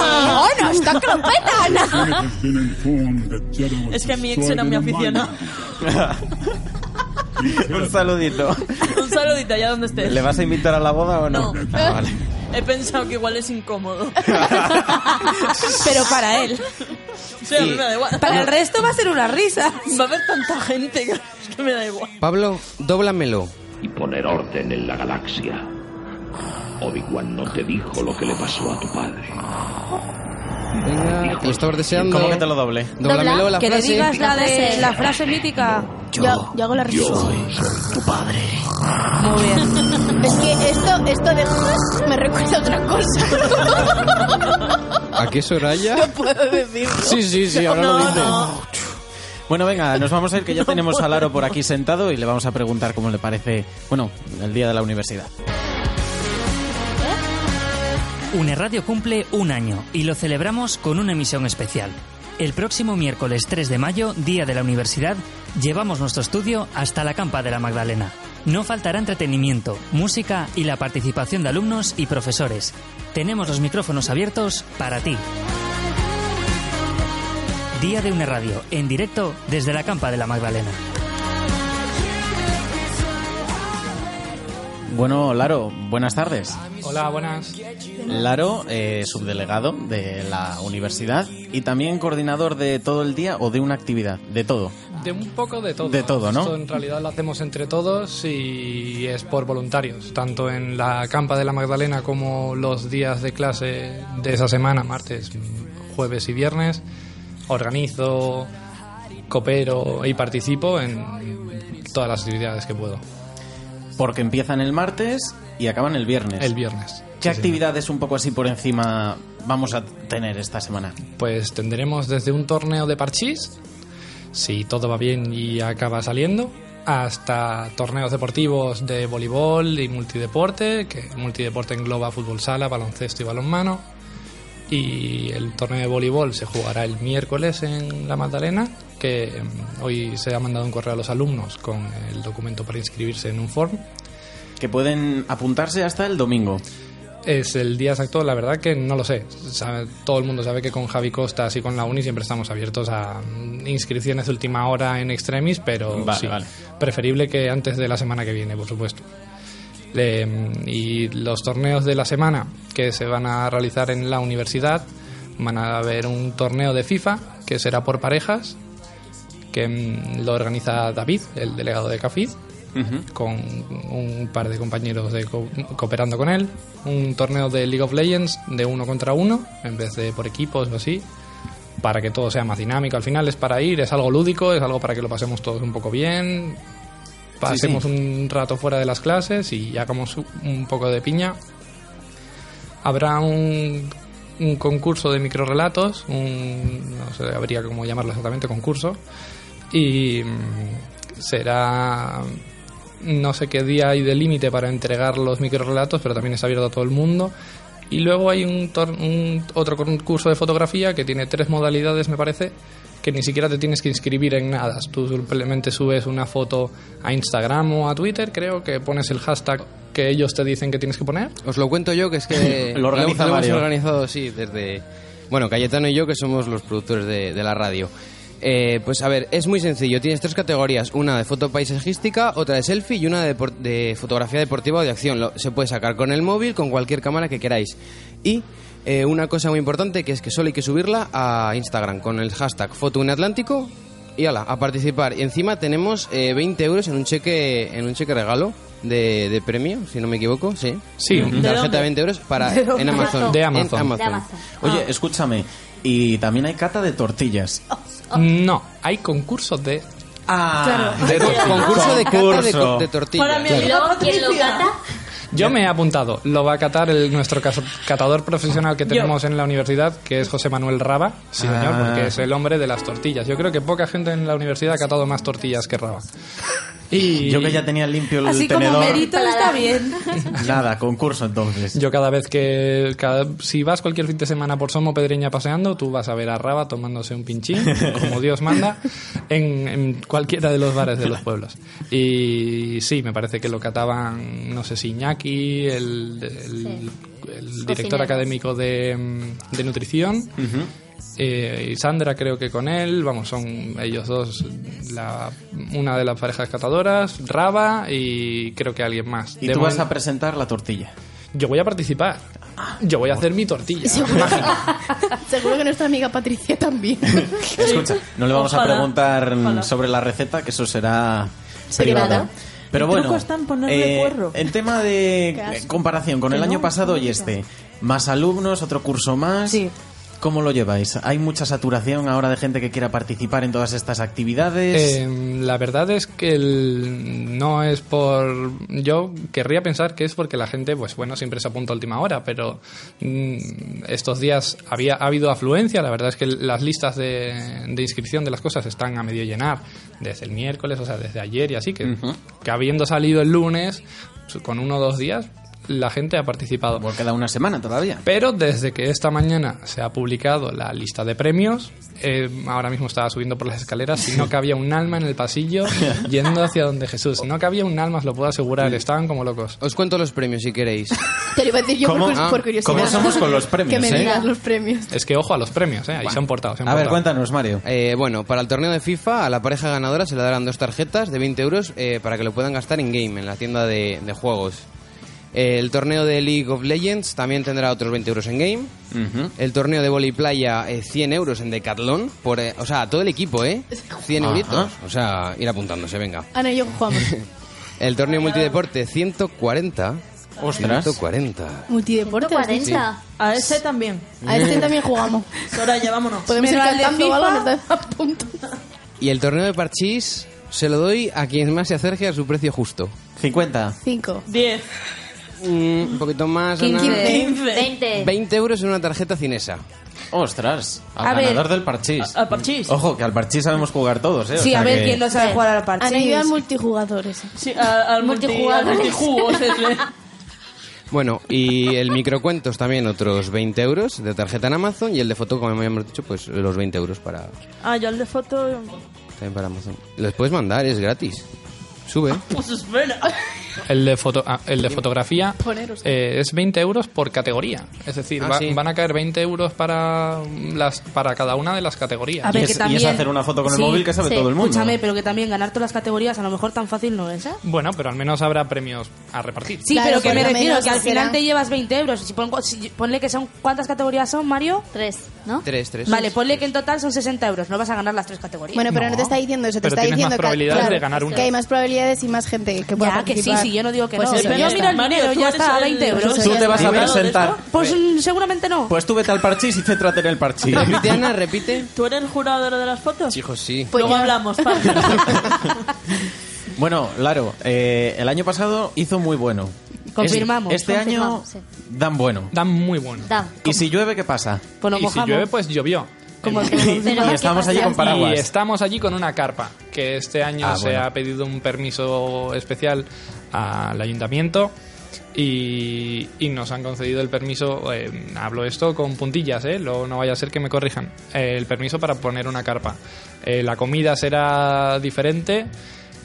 S9: ¡Ana! ¡Ana! ¡Está clompeta,
S17: When it
S9: Ana!
S17: has been informed that Jeddah was
S6: Es que mi ex
S17: destroyed
S6: era
S17: in
S6: muy
S17: a mine
S2: [LAUGHS]
S6: aficionado.
S1: [LAUGHS] Un saludito.
S6: Un saludito allá donde estés.
S1: ¿Le vas a invitar a la boda o no? Ah, vale.
S6: He pensado que igual es incómodo.
S8: [LAUGHS] Pero para él.
S6: O sea, me da igual.
S8: Para el resto va a ser una risa.
S6: Va a haber tanta gente que es que me da igual.
S2: Pablo, dóblamelo.
S18: y poner orden en la galaxia. Obi-Wan no te dijo lo que le pasó a tu padre.
S2: Venga, te lo estabas deseando.
S18: ¿Cómo que te
S1: lo doble?
S2: Doblamelo la
S8: que
S2: frase.
S8: le digas la, de,
S9: frase.
S8: la frase mítica.
S9: Yo, yo hago la risa.
S18: Tu padre.
S8: Muy bien.
S9: Es que esto, esto de [LAUGHS] me recuerda a otra cosa.
S2: ¿A qué
S8: [LAUGHS]
S2: Soraya?
S9: [LAUGHS] No puedo decir.
S2: Sí, sí, sí, ahora lo dices.
S1: Bueno, venga, nos vamos a ir que ya tenemos a Laro por aquí sentado y le vamos a preguntar cómo le parece, bueno, el día de la universidad.
S4: Une Radio cumple un año y lo celebramos con una emisión especial. El próximo miércoles 3 de mayo, Día de la Universidad, llevamos nuestro estudio hasta la Campa de la Magdalena. No faltará entretenimiento, música y la participación de alumnos y profesores. Tenemos los micrófonos abiertos para ti. Día de una radio, en directo desde la Campa de la Magdalena.
S1: Bueno, Laro, buenas tardes.
S19: Hola, buenas.
S1: Laro, eh, subdelegado de la universidad y también coordinador de todo el día o de una actividad, de todo.
S19: De un poco de todo.
S1: De todo, ¿no?
S19: Esto en realidad lo hacemos entre todos y es por voluntarios, tanto en la campa de la Magdalena como los días de clase de esa semana, martes, jueves y viernes. organizo, coopero y participo en todas las actividades que puedo.
S1: Porque empiezan el martes y acaban el viernes.
S19: El viernes.
S1: ¿Qué actividades un poco así por encima vamos a tener esta semana?
S19: Pues tendremos desde un torneo de parchís, si todo va bien y acaba saliendo, hasta torneos deportivos de voleibol y multideporte, que multideporte engloba fútbol sala, baloncesto y balonmano. Y el torneo de voleibol se jugará el miércoles en La Magdalena, que mm, hoy se ha mandado un correo a los alumnos con el documento para inscribirse en un form.
S1: Que pueden apuntarse hasta el domingo.
S19: Es el día exacto, la verdad que no lo sé. Sabe- todo el mundo sabe que con Javi Costas y con la Uni siempre estamos abiertos a mm, inscripciones de última hora en extremis, pero
S1: Vale,
S19: sí,
S1: vale.
S19: preferible que antes de la semana que viene, por supuesto. Le- y los torneos de la semana que se van a realizar en la universidad, van a haber un torneo de FIFA que será por parejas, que mm, lo organiza David, el delegado de Cafid con un par de compañeros de co- cooperando con él. Un torneo de League of Legends de uno contra uno, en vez de por equipos o así, para que todo sea más dinámico. Al final es para ir, es algo lúdico, es algo para que lo pasemos todos un poco bien, pasemos
S1: Sí,
S19: un rato fuera de las clases y hagamos u- un poco de piña. Habrá un, un concurso de microrelatos, un, no sé, habría cómo llamarlo exactamente, concurso, y mm, será no sé qué día hay de límite para entregar los microrelatos, pero también es abierto a todo el mundo. Y luego hay un, tor- un- otro concurso de fotografía que tiene tres modalidades, me parece, que ni siquiera te tienes que inscribir en nada. Tú simplemente subes una foto a Instagram o a Twitter, creo que pones el hashtag que ellos te dicen que tienes que poner.
S2: Os lo cuento yo, que es
S1: [LAUGHS]
S2: que
S19: [LAUGHS] Lo organiza
S2: lo hemos
S19: Mario.
S2: organizado, sí, desde... Bueno, Cayetano y yo, que somos los productores de, de la radio. Eh, pues a ver, es muy sencillo. Tienes tres categorías. Una de foto paisajística, otra de selfie y una de, por- de fotografía deportiva o de acción. Lo- se puede sacar con el móvil, con cualquier cámara que queráis. Y eh, una cosa muy importante, que es que solo hay que subirla a Instagram con el hashtag FotoUnAtlántico y ala, a participar. Y encima tenemos eh, 20 euros en un cheque, en un cheque regalo de, de premio, si no me equivoco, sí.
S19: Sí.
S2: Una
S1: ¿De
S2: tarjeta
S1: dónde?
S2: de 20 euros para,
S1: ¿De
S2: en
S1: dónde?
S2: Amazon.
S1: De
S2: En
S1: Amazon.
S7: De Amazon.
S1: Oye, escúchame, y también hay cata de tortillas.
S19: No, hay concursos de...
S1: Ah,
S19: De tortillas.
S2: concurso de cata de,
S19: Concurso.
S2: co- de tortillas.
S19: Para mi
S7: Y luego, ¿quién lo
S6: Patricia.
S7: cata?
S19: Yo me he apuntado, lo va a catar el, nuestro cas- catador profesional que
S7: Yo.
S19: tenemos en la universidad, que es José Manuel Raba, sí señor,
S1: Ah.
S19: porque es el hombre de las tortillas. Yo creo que poca gente en la universidad ha catado más tortillas que Raba. Y
S1: Yo que ya tenía limpio el
S8: Así como
S1: tenedor.
S8: merito está
S1: [LAUGHS]
S8: bien.
S1: Nada, concurso entonces.
S19: Yo cada vez que... cada- si vas cualquier fin de semana por Somo Pedreña paseando, tú vas a ver a Raba tomándose un
S1: [LAUGHS]
S19: pinchín, como Dios manda, en, en cualquiera de los bares de los pueblos. Y sí, me parece que lo cataban, no sé si Iñaki, el, el- el director
S16: Cocineros.
S19: académico de, mm, de nutrición, eh, y Sandra creo que con él, vamos, son ellos dos, la- una de las parejas catadoras, Raba y creo que alguien más.
S1: Y
S19: De
S1: tú vas
S19: momento-
S1: a presentar la tortilla. Ah,
S19: yo voy a participar. Yo voy a hacer mi tortilla.
S9: [LAUGHS] Seguro que nuestra amiga Patricia también.
S1: [LAUGHS] Escucha, no le vamos
S9: Ojalá,
S1: a preguntar mm,
S9: ojalá.
S1: sobre la receta, que eso será
S9: Secreto.
S1: privado. Pero
S9: El
S1: bueno, eh,
S9: truco está en ponerle cuerro.
S1: en tema de
S9: Qué asco.
S1: eh, comparación con el año pasado y este, más alumnos, otro curso más. ¿Cómo lo lleváis? ¿Hay mucha saturación ahora de gente que quiera participar en todas estas actividades?
S19: Eh, la verdad es que el- no es por... Yo querría pensar que es porque la gente, pues bueno, siempre se apunta a última hora, pero mm, estos días había, ha habido afluencia. La verdad es que las listas de, de inscripción de las cosas están a medio llenar desde el miércoles, o sea, desde ayer y así, que, que habiendo salido el lunes, pues, con uno o dos días, la gente ha participado.
S1: Porque queda una semana todavía.
S19: Pero desde que esta mañana se ha publicado la lista de premios, eh, ahora mismo estaba subiendo por las escaleras y no cabía un alma en el pasillo yendo hacia donde Jesús. No cabía un alma, os lo puedo asegurar, estaban como locos.
S2: Os cuento los premios si queréis.
S9: Te lo iba a decir yo por,
S19: ¿Cómo?
S9: cur-
S19: Ah,
S9: por curiosidad.
S19: ¿cómo somos con los
S9: Que
S19: premios,
S9: me
S19: eh?
S9: digas los premios.
S19: Es que ojo a los premios, ¿eh? Ahí se han portado. se han portado.
S1: cuéntanos, Mario.
S2: Eh, bueno, para el torneo de FIFA, a la pareja ganadora se le darán dos tarjetas de 20 euros eh, para que lo puedan gastar en game, en la tienda de, de juegos. Eh, el torneo de League of Legends también tendrá otros 20 euros en game. El torneo de vóley playa, eh, 100 euros en Decathlon. Por, eh, o sea, todo el equipo, ¿eh? 100
S9: Ajá.
S2: euritos. O
S19: [LAUGHS]
S2: sea, ir apuntándose, venga.
S9: Ana y yo jugamos.
S2: El torneo multideporte, 140.
S1: Ostras.
S2: 140.
S9: Multideportes.
S6: 140. A ese también.
S2: [LAUGHS]
S9: A este también jugamos.
S6: Soraya, vámonos.
S9: Podemos ir
S6: Pero al de
S9: cantando o
S6: FIFA-
S9: algo, nos da más puntos.
S2: Y el torneo de parchís se lo doy a quien más se acerque a su precio justo. Mm,
S1: 50.
S9: Cinco.
S6: Diez.
S2: un poquito más. Ana.
S7: 20.
S2: 20 euros en una tarjeta cinesa.
S1: Ostras. Al
S8: A ver.
S1: ganador del parchís.
S6: Al parchís.
S1: Ojo, que al parchís sabemos jugar todos, ¿eh? O
S8: Sí,
S1: sea
S8: a ver
S1: que-
S8: quién no sabe jugar al
S9: Han ido
S8: parchís.
S9: al multijugadores.
S6: Sí, a- al multi-
S9: Multijugadores.
S6: al multijugos,
S8: [LAUGHS]
S6: ese.
S2: Bueno, y el microcuentos también otros 20 euros de tarjeta en Amazon y el de foto, como hemos dicho, pues los 20 euros para,
S6: Ah, yo al de foto.
S2: también para Amazon. Los puedes mandar, es gratis. Sube.
S6: Pues espera.
S19: [LAUGHS] El de, foto, ah, el de fotografía
S6: Poneros.
S19: eh, es 20 euros por categoría. Es decir,
S1: Ah,
S19: va-
S1: sí.
S19: van a caer 20 euros para, mm, las, para cada una de las categorías.
S8: A ver, que también... Sí, sí. Escúchame,
S19: Escúchame.
S8: pero que también ganar todas las categorías a lo mejor tan fácil no es, ¿eh?
S19: Bueno, pero al menos habrá premios a repartir.
S8: Sí, pero que me refiero
S9: menos
S8: que al final
S9: será.
S8: te llevas 20 euros. Si pon- si- ponle que son... ¿Cuántas categorías son, Mario?
S7: Tres, ¿no?
S2: Tres, tres.
S8: Vale, ponle que en total son 60 euros. No vas a ganar las tres categorías.
S9: Bueno, pero no. te está diciendo eso, te
S19: Pero
S9: está
S19: tienes más
S9: diciendo que,
S19: probabilidades
S9: claro,
S19: de ganar una.
S9: que hay más probabilidades y más gente que
S8: Ya,
S9: pueda
S8: que sí,
S9: participar.
S8: sí, yo no digo que
S9: Pues
S8: no.
S9: eso,
S8: Pero
S9: ya
S8: mira el
S9: está.
S8: dinero,
S9: Tú
S8: ya
S9: eres
S8: está, a
S9: el-
S8: 20 euros.
S1: Tú te vas a presentar.
S8: Pues mm, seguramente no.
S1: Pues tú vete al parchís y céntrate en
S6: [LAUGHS]
S1: el parchís. [LAUGHS]
S2: Ana, repite.
S6: ¿Tú eres el jurador de las fotos?
S2: Hijos, sí.
S6: Luego hablamos, [LAUGHS] Pablo.
S1: Bueno, Laro, eh, el año pasado hizo muy bueno.
S8: Confirmamos.
S1: Es- Este año
S7: Confirmamos, sí.
S1: dan bueno.
S19: Dan muy bueno.
S7: Da.
S1: ¿Y si llueve, qué pasa?
S8: Pues nos
S19: y si
S8: mojamos.
S19: llueve, pues llovió.
S7: Pero
S1: y estamos allí con
S19: Y
S1: paraguas.
S19: estamos allí con una carpa, que este año
S1: Ah,
S19: se
S1: bueno.
S19: ha pedido un permiso especial al ayuntamiento y, y nos han concedido el permiso, eh, hablo esto con puntillas, eh, lo- no vaya a ser que me corrijan, eh, el permiso para poner una carpa. Eh, la comida será diferente.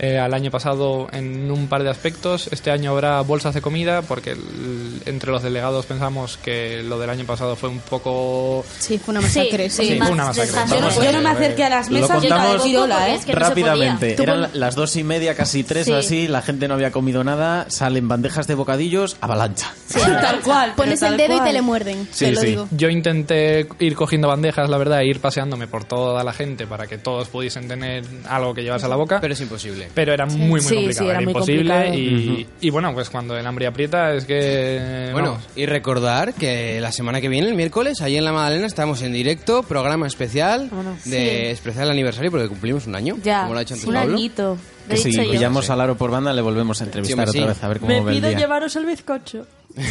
S19: eh, al año pasado en un par de aspectos. Este año habrá bolsas de comida porque el- entre los delegados pensamos que lo del año pasado fue un poco
S9: Sí, fue una masacre.
S19: Sí, fue una masacre.
S9: Yo no- yo no me acerqué a las
S1: Lo
S9: mesas yo
S1: contamos
S9: estaba de Girola, ¿eh?
S1: rápidamente.
S9: Tú
S1: Eran
S9: pon-
S1: las dos y media, casi tres
S9: Sí.
S1: o así. La gente no había comido nada. Salen bandejas de bocadillos, avalancha.
S8: Tal cual.
S9: Pones
S8: pero
S9: el
S8: tal
S9: dedo y
S8: cual.
S9: te le muerden.
S1: Sí,
S9: te lo
S1: sí.
S9: digo.
S19: Yo intenté ir cogiendo bandejas, la verdad, e ir paseándome por toda la gente para que todos pudiesen tener algo que llevarse a la boca.
S2: Pero es imposible.
S19: Pero era muy, muy
S8: Sí, sí,
S19: complicado.
S8: era
S19: era,
S8: muy
S19: imposible.
S8: complicado.
S19: Y, y bueno, pues cuando el hambre aprieta es que.
S2: Bueno,
S19: vamos.
S2: y recordar que la semana que viene, el miércoles, ahí en La Magdalena estamos en directo, programa especial de
S8: Sí.
S2: especial aniversario porque cumplimos un año,
S8: Ya,
S2: como lo ha hecho antes
S8: un
S2: Pablo.
S8: añito.
S1: Que si
S2: dicho yo.
S1: pillamos a Laro por banda, le volvemos a entrevistar
S2: Sí, hombre,
S1: otra
S2: sí.
S1: vez a ver cómo
S6: Me
S1: va el
S6: pido
S1: día.
S6: llevaros el bizcocho.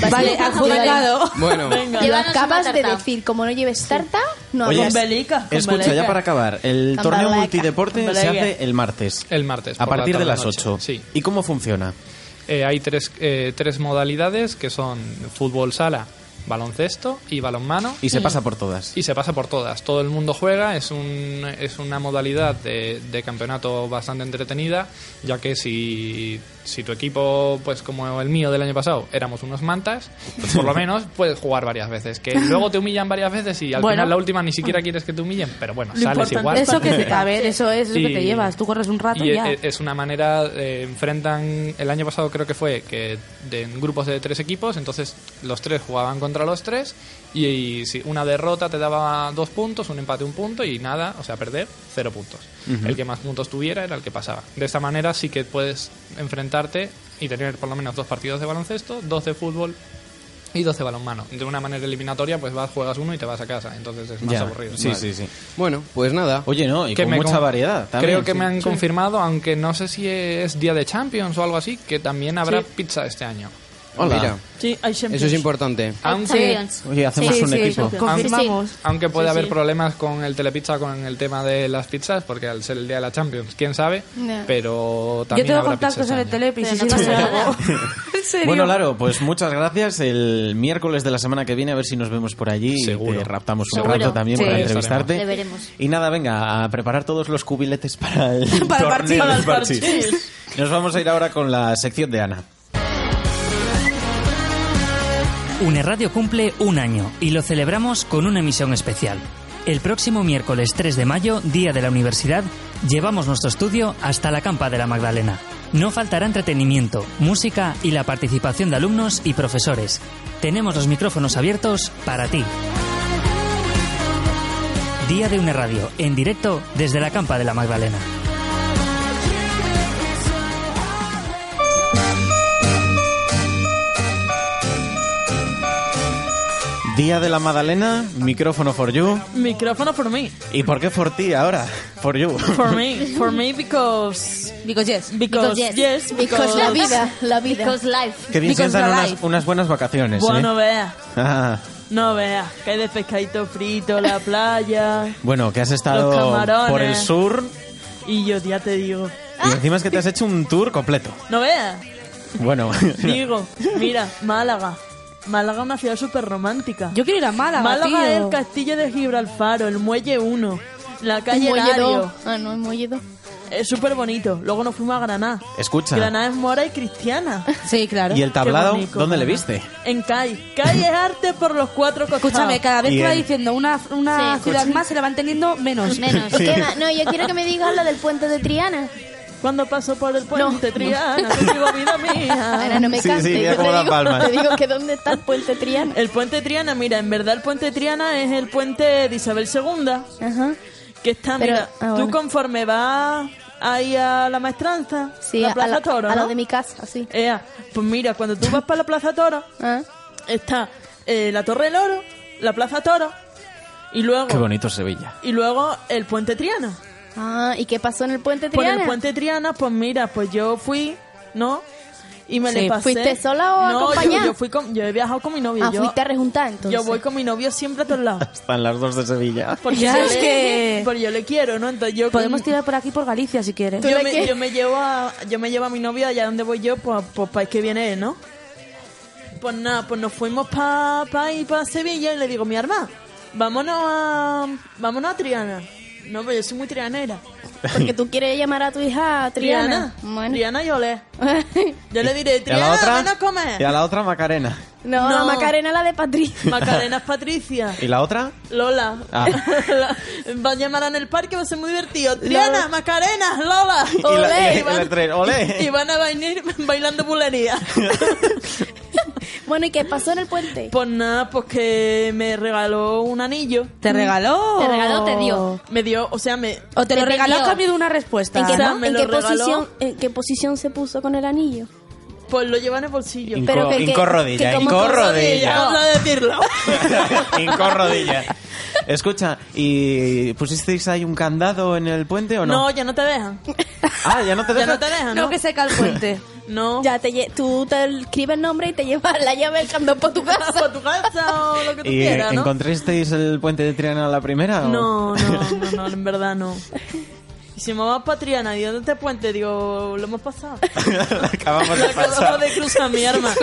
S8: Vale, adjudicado.
S2: Bueno,
S6: Venga.
S9: Lo
S6: Llévanos una
S9: acabas de
S6: tarta.
S9: decir, como no lleves tarta, no
S1: Oye,
S9: hagas-
S1: escucha, ya para acabar, el
S9: Con
S1: torneo
S9: baleica.
S1: multideporte
S19: Con
S1: se
S19: baleica.
S1: hace el martes.
S19: El martes,
S1: A
S19: por la
S1: partir de
S19: tarde
S1: las
S19: noche.
S1: 8.
S19: Sí.
S1: ¿Y cómo funciona?
S19: Eh, hay tres, eh, tres modalidades que son fútbol sala, baloncesto y balonmano.
S1: Y se pasa por todas.
S19: Y se pasa por todas. Todo el mundo juega, es, un, es una modalidad de, de campeonato bastante entretenida, ya que si, si tu equipo, pues como el mío del año pasado, éramos unos mantas,
S8: [LAUGHS]
S19: pues por lo menos puedes jugar varias veces. Que luego te humillan varias veces y al
S8: Bueno.
S19: final la última ni siquiera quieres que te humillen, pero bueno,
S8: Lo
S19: sales
S8: importante
S19: igual.
S8: es Eso que
S19: [LAUGHS]
S8: te- a ver, eso es eso que te
S19: Y-
S8: llevas. Tú corres un rato y,
S19: y
S8: ya.
S19: e- es una manera, eh, enfrentan, el año pasado creo que fue, que de- en grupos de tres equipos, entonces los tres jugaban contra los tres y, y si una derrota te daba dos puntos, un empate un punto y nada, o sea, perder cero puntos.
S1: Ujú.
S19: El que más puntos tuviera era el que pasaba. De esta manera sí que puedes enfrentarte y tener por lo menos dos partidos de baloncesto, dos de fútbol. Y 12 balonmano. De una manera eliminatoria, pues vas, juegas uno y te vas a casa. Entonces es más
S1: Ya.
S19: aburrido.
S1: Sí,
S19: Vale.
S1: sí, sí.
S2: Bueno, pues nada.
S1: Oye, no, y
S19: Que
S1: con
S19: me
S1: mucha
S19: con-
S1: variedad. también,
S19: Creo que
S1: sí.
S19: me han
S1: Sí.
S19: confirmado, aunque no sé si es día de Champions o algo así, que también habrá pizza este año.
S2: Hola.
S1: Mira.
S6: Sí, hay Champions.
S2: Eso es importante.
S19: Aunque,
S1: Oye, hacemos
S8: Sí,
S1: un
S8: sí,
S1: equipo.
S8: Ah, confirmamos.
S19: aunque puede
S8: Sí,
S19: haber
S8: sí.
S19: problemas con el telepizza, con el tema de las pizzas, porque al ser el día de la Champions, quién sabe,
S8: Ya.
S19: pero
S8: Yo
S19: también
S8: tengo
S19: habrá pizza
S8: contactos en
S19: este
S8: el
S19: año.
S8: Telepis y si no
S6: pasa
S8: sé algo. [LAUGHS] En serio.
S1: Bueno, Laro, pues muchas gracias. El miércoles de la semana que viene, a ver si nos vemos por allí. y
S19: Seguro.
S1: Te raptamos un
S19: Seguro.
S1: rato también
S19: Sí.
S1: para
S19: Ahí
S1: entrevistarte.
S7: Le veremos.
S1: Y nada, venga, a preparar todos los cubiletes [LAUGHS] para el
S8: Para el parchís.
S1: torneo del
S8: Para el
S1: parchís. Nos vamos a ir ahora con la sección de Ana.
S4: Une Radio cumple un año y lo celebramos con una emisión especial. El próximo miércoles 3 de mayo, Día de la Universidad, llevamos nuestro estudio hasta la Campa de la Magdalena. No faltará entretenimiento, música y la participación de alumnos y profesores. Tenemos los micrófonos abiertos para ti. Día de una radio, en directo desde la Campa de la Magdalena.
S1: Día de la Madalena, micrófono for you.
S6: Micrófono for me.
S1: ¿Y por qué for ti ahora? For you. [LAUGHS]
S6: For me. For me because...
S8: Because yes.
S6: Because,
S9: Because yes.
S6: yes.
S9: Because la vida, la vida.
S6: Because life.
S1: Qué bien se
S6: Because
S1: dan
S6: la
S1: unas,
S6: life.
S1: unas buenas vacaciones,
S6: Bueno,
S1: ¿eh?
S6: vea.
S1: Ah,
S6: No vea. Que hay de pescadito frito,
S9: [LAUGHS]
S6: la playa...
S1: bueno, que has
S6: Los
S1: estado
S6: camarones. Ah.
S1: por el sur
S6: Y yo ya te digo...
S1: y encima es que te has hecho un tour completo.
S6: No vea.
S1: Bueno,
S6: Digo, mira, Málaga. Málaga es una ciudad súper romántica.
S8: Yo quiero ir a Málaga,
S6: Málaga
S8: tío.
S6: es el castillo de Gibraltar, el muelle 1, la calle
S9: Muelle
S6: Lario.
S9: dos. Ah, no, el muelle dos.
S6: Es súper bonito. Luego nos fuimos a Granada.
S1: [LAUGHS] escucha.
S6: Granada es mora y cristiana.
S8: Sí, claro.
S1: ¿Y el tablado
S6: Qué bonito,
S1: dónde le
S6: Granada.
S1: viste?
S6: En CAI. CAI es arte por los cuatro costados.
S8: Escúchame, cada vez
S1: Y
S8: que va
S1: el-
S8: diciendo una, una
S6: Sí.
S8: ciudad
S6: Escucha.
S8: más, se la van teniendo menos.
S9: [LAUGHS] Menos.
S1: Sí.
S9: Queda- no, yo quiero que me digas la del puente de Triana.
S6: Cuando paso por el puente Triana, digo, vida mía.
S9: Ahora no me
S1: Sí,
S9: canses.
S1: sí, mira
S9: yo
S1: cómo
S9: te
S1: da
S9: digo-
S1: palmas.
S9: Te digo que dónde está el puente Triana.
S6: El puente Triana, mira, en verdad el puente Triana es el puente de Isabel II. Que está,
S9: Pero-
S6: mira,
S9: ah,
S6: tú
S9: bueno.
S6: conforme vas ahí a la maestranza,
S9: Sí,
S6: la
S9: a,
S6: Plaza
S9: la,
S6: Toro,
S9: a la
S6: ¿no?
S9: de mi casa, sí. Ah.
S6: Ea, pues mira, cuando tú vas para la Plaza Toro, está eh, la Torre del Oro, la Plaza Toro, y luego,
S1: Qué bonito Sevilla.
S6: y luego el puente Triana.
S9: Ah, ¿y qué pasó en el puente
S6: Por
S9: Triana?
S6: el puente Triana, pues mira, pues yo fui, ¿no? Y me le
S9: Sí.
S6: pasé.
S9: ¿Fuiste sola o
S6: no, yo-
S9: acompañada?
S6: Yo, fui con- yo he viajado con mi novio.
S9: Ah,
S6: yo,
S9: fuiste a rejuntar entonces.
S6: yo voy con mi novio siempre a todos
S9: [LAUGHS]
S6: lados.
S1: Están las dos de Sevilla. [LAUGHS]
S6: Porque
S8: Ya,
S6: yo
S8: es
S6: le-
S8: que-
S6: porque yo le quiero, ¿no? Entonces yo
S8: Podemos tirar por aquí por Galicia si quieres.
S6: yo me, yo me llevo a yo me llevo a mi novia allá donde voy yo pues pues para que viene él, ¿no? Pues nada, pues nos fuimos para pa, y para Sevilla y le digo, mi arma, vámonos a vámonos a Triana. No, pero yo soy muy trianera.
S9: Porque tú quieres llamar a tu hija Triana.
S6: Triana.
S9: Bueno.
S6: Triana yo
S9: [LAUGHS]
S6: le. Yo le diré,
S1: ¿Y a la
S6: Triana,
S1: otra?
S6: ven a comer.
S1: Y a la otra Macarena.
S6: No.
S9: No, la Macarena la de Patricia.
S6: [LAUGHS] Macarena es Patricia.
S1: ¿Y la
S6: [LAUGHS]
S1: otra?
S6: Lola.
S1: Ah.
S6: La- va a llamar en el parque, va a ser muy divertido. Triana, Macarena, Lola.
S1: la- y- y
S6: van-
S1: el tren, olé.
S6: [LAUGHS] y van a bailar, bailando
S1: [LAUGHS]
S6: bulería.
S9: Bueno, ¿y qué pasó en el puente?
S6: Pues nada, pues que me regaló un anillo.
S8: ¿Te regaló?
S7: Te regaló, te dio.
S6: Me dio, o sea, me...
S8: O te lo
S7: Te
S8: regaló a
S7: pidió.
S8: cambio de una respuesta.
S9: ¿En qué,
S6: O sea, me
S9: en
S6: lo
S9: qué
S6: regaló.
S9: posición, en qué posición se puso con el anillo?
S6: Pues lo lleva en el bolsillo.
S1: Inco-
S9: Pero que- que-
S1: inco rodilla,
S9: que como
S1: inco
S9: todo
S1: rodilla.
S6: Habla de
S1: [LAUGHS]
S6: decirlo.
S1: Inco rodilla. Escucha, ¿y pusisteis ahí un candado en el puente o no?
S6: No, ya no te dejan.
S1: Ah, ya no te
S6: [LAUGHS] Ya
S1: dejan.
S6: no te dejan,
S8: No,
S6: ¿no?
S8: que seca el
S9: [LAUGHS]
S8: puente.
S6: No.
S9: Ya te lle- tú te escribes el nombre y te llevas [LAUGHS] la llave del candón [LAUGHS] por tu casa.
S6: Para tu casa o lo que tú
S1: ¿Y
S6: quieras, ¿no?
S1: encontrasteis el puente de Triana a la primera? o-
S6: No, no, no, no, en verdad Ah, no. Y si me vas para Triana, ¿y dónde te este puente? Digo, lo hemos pasado.
S1: La [LAUGHS] acabamos
S6: [LAUGHS]
S1: de
S6: Acabamos
S1: pasar.
S6: de cruzar mi
S1: [LAUGHS]
S6: arma.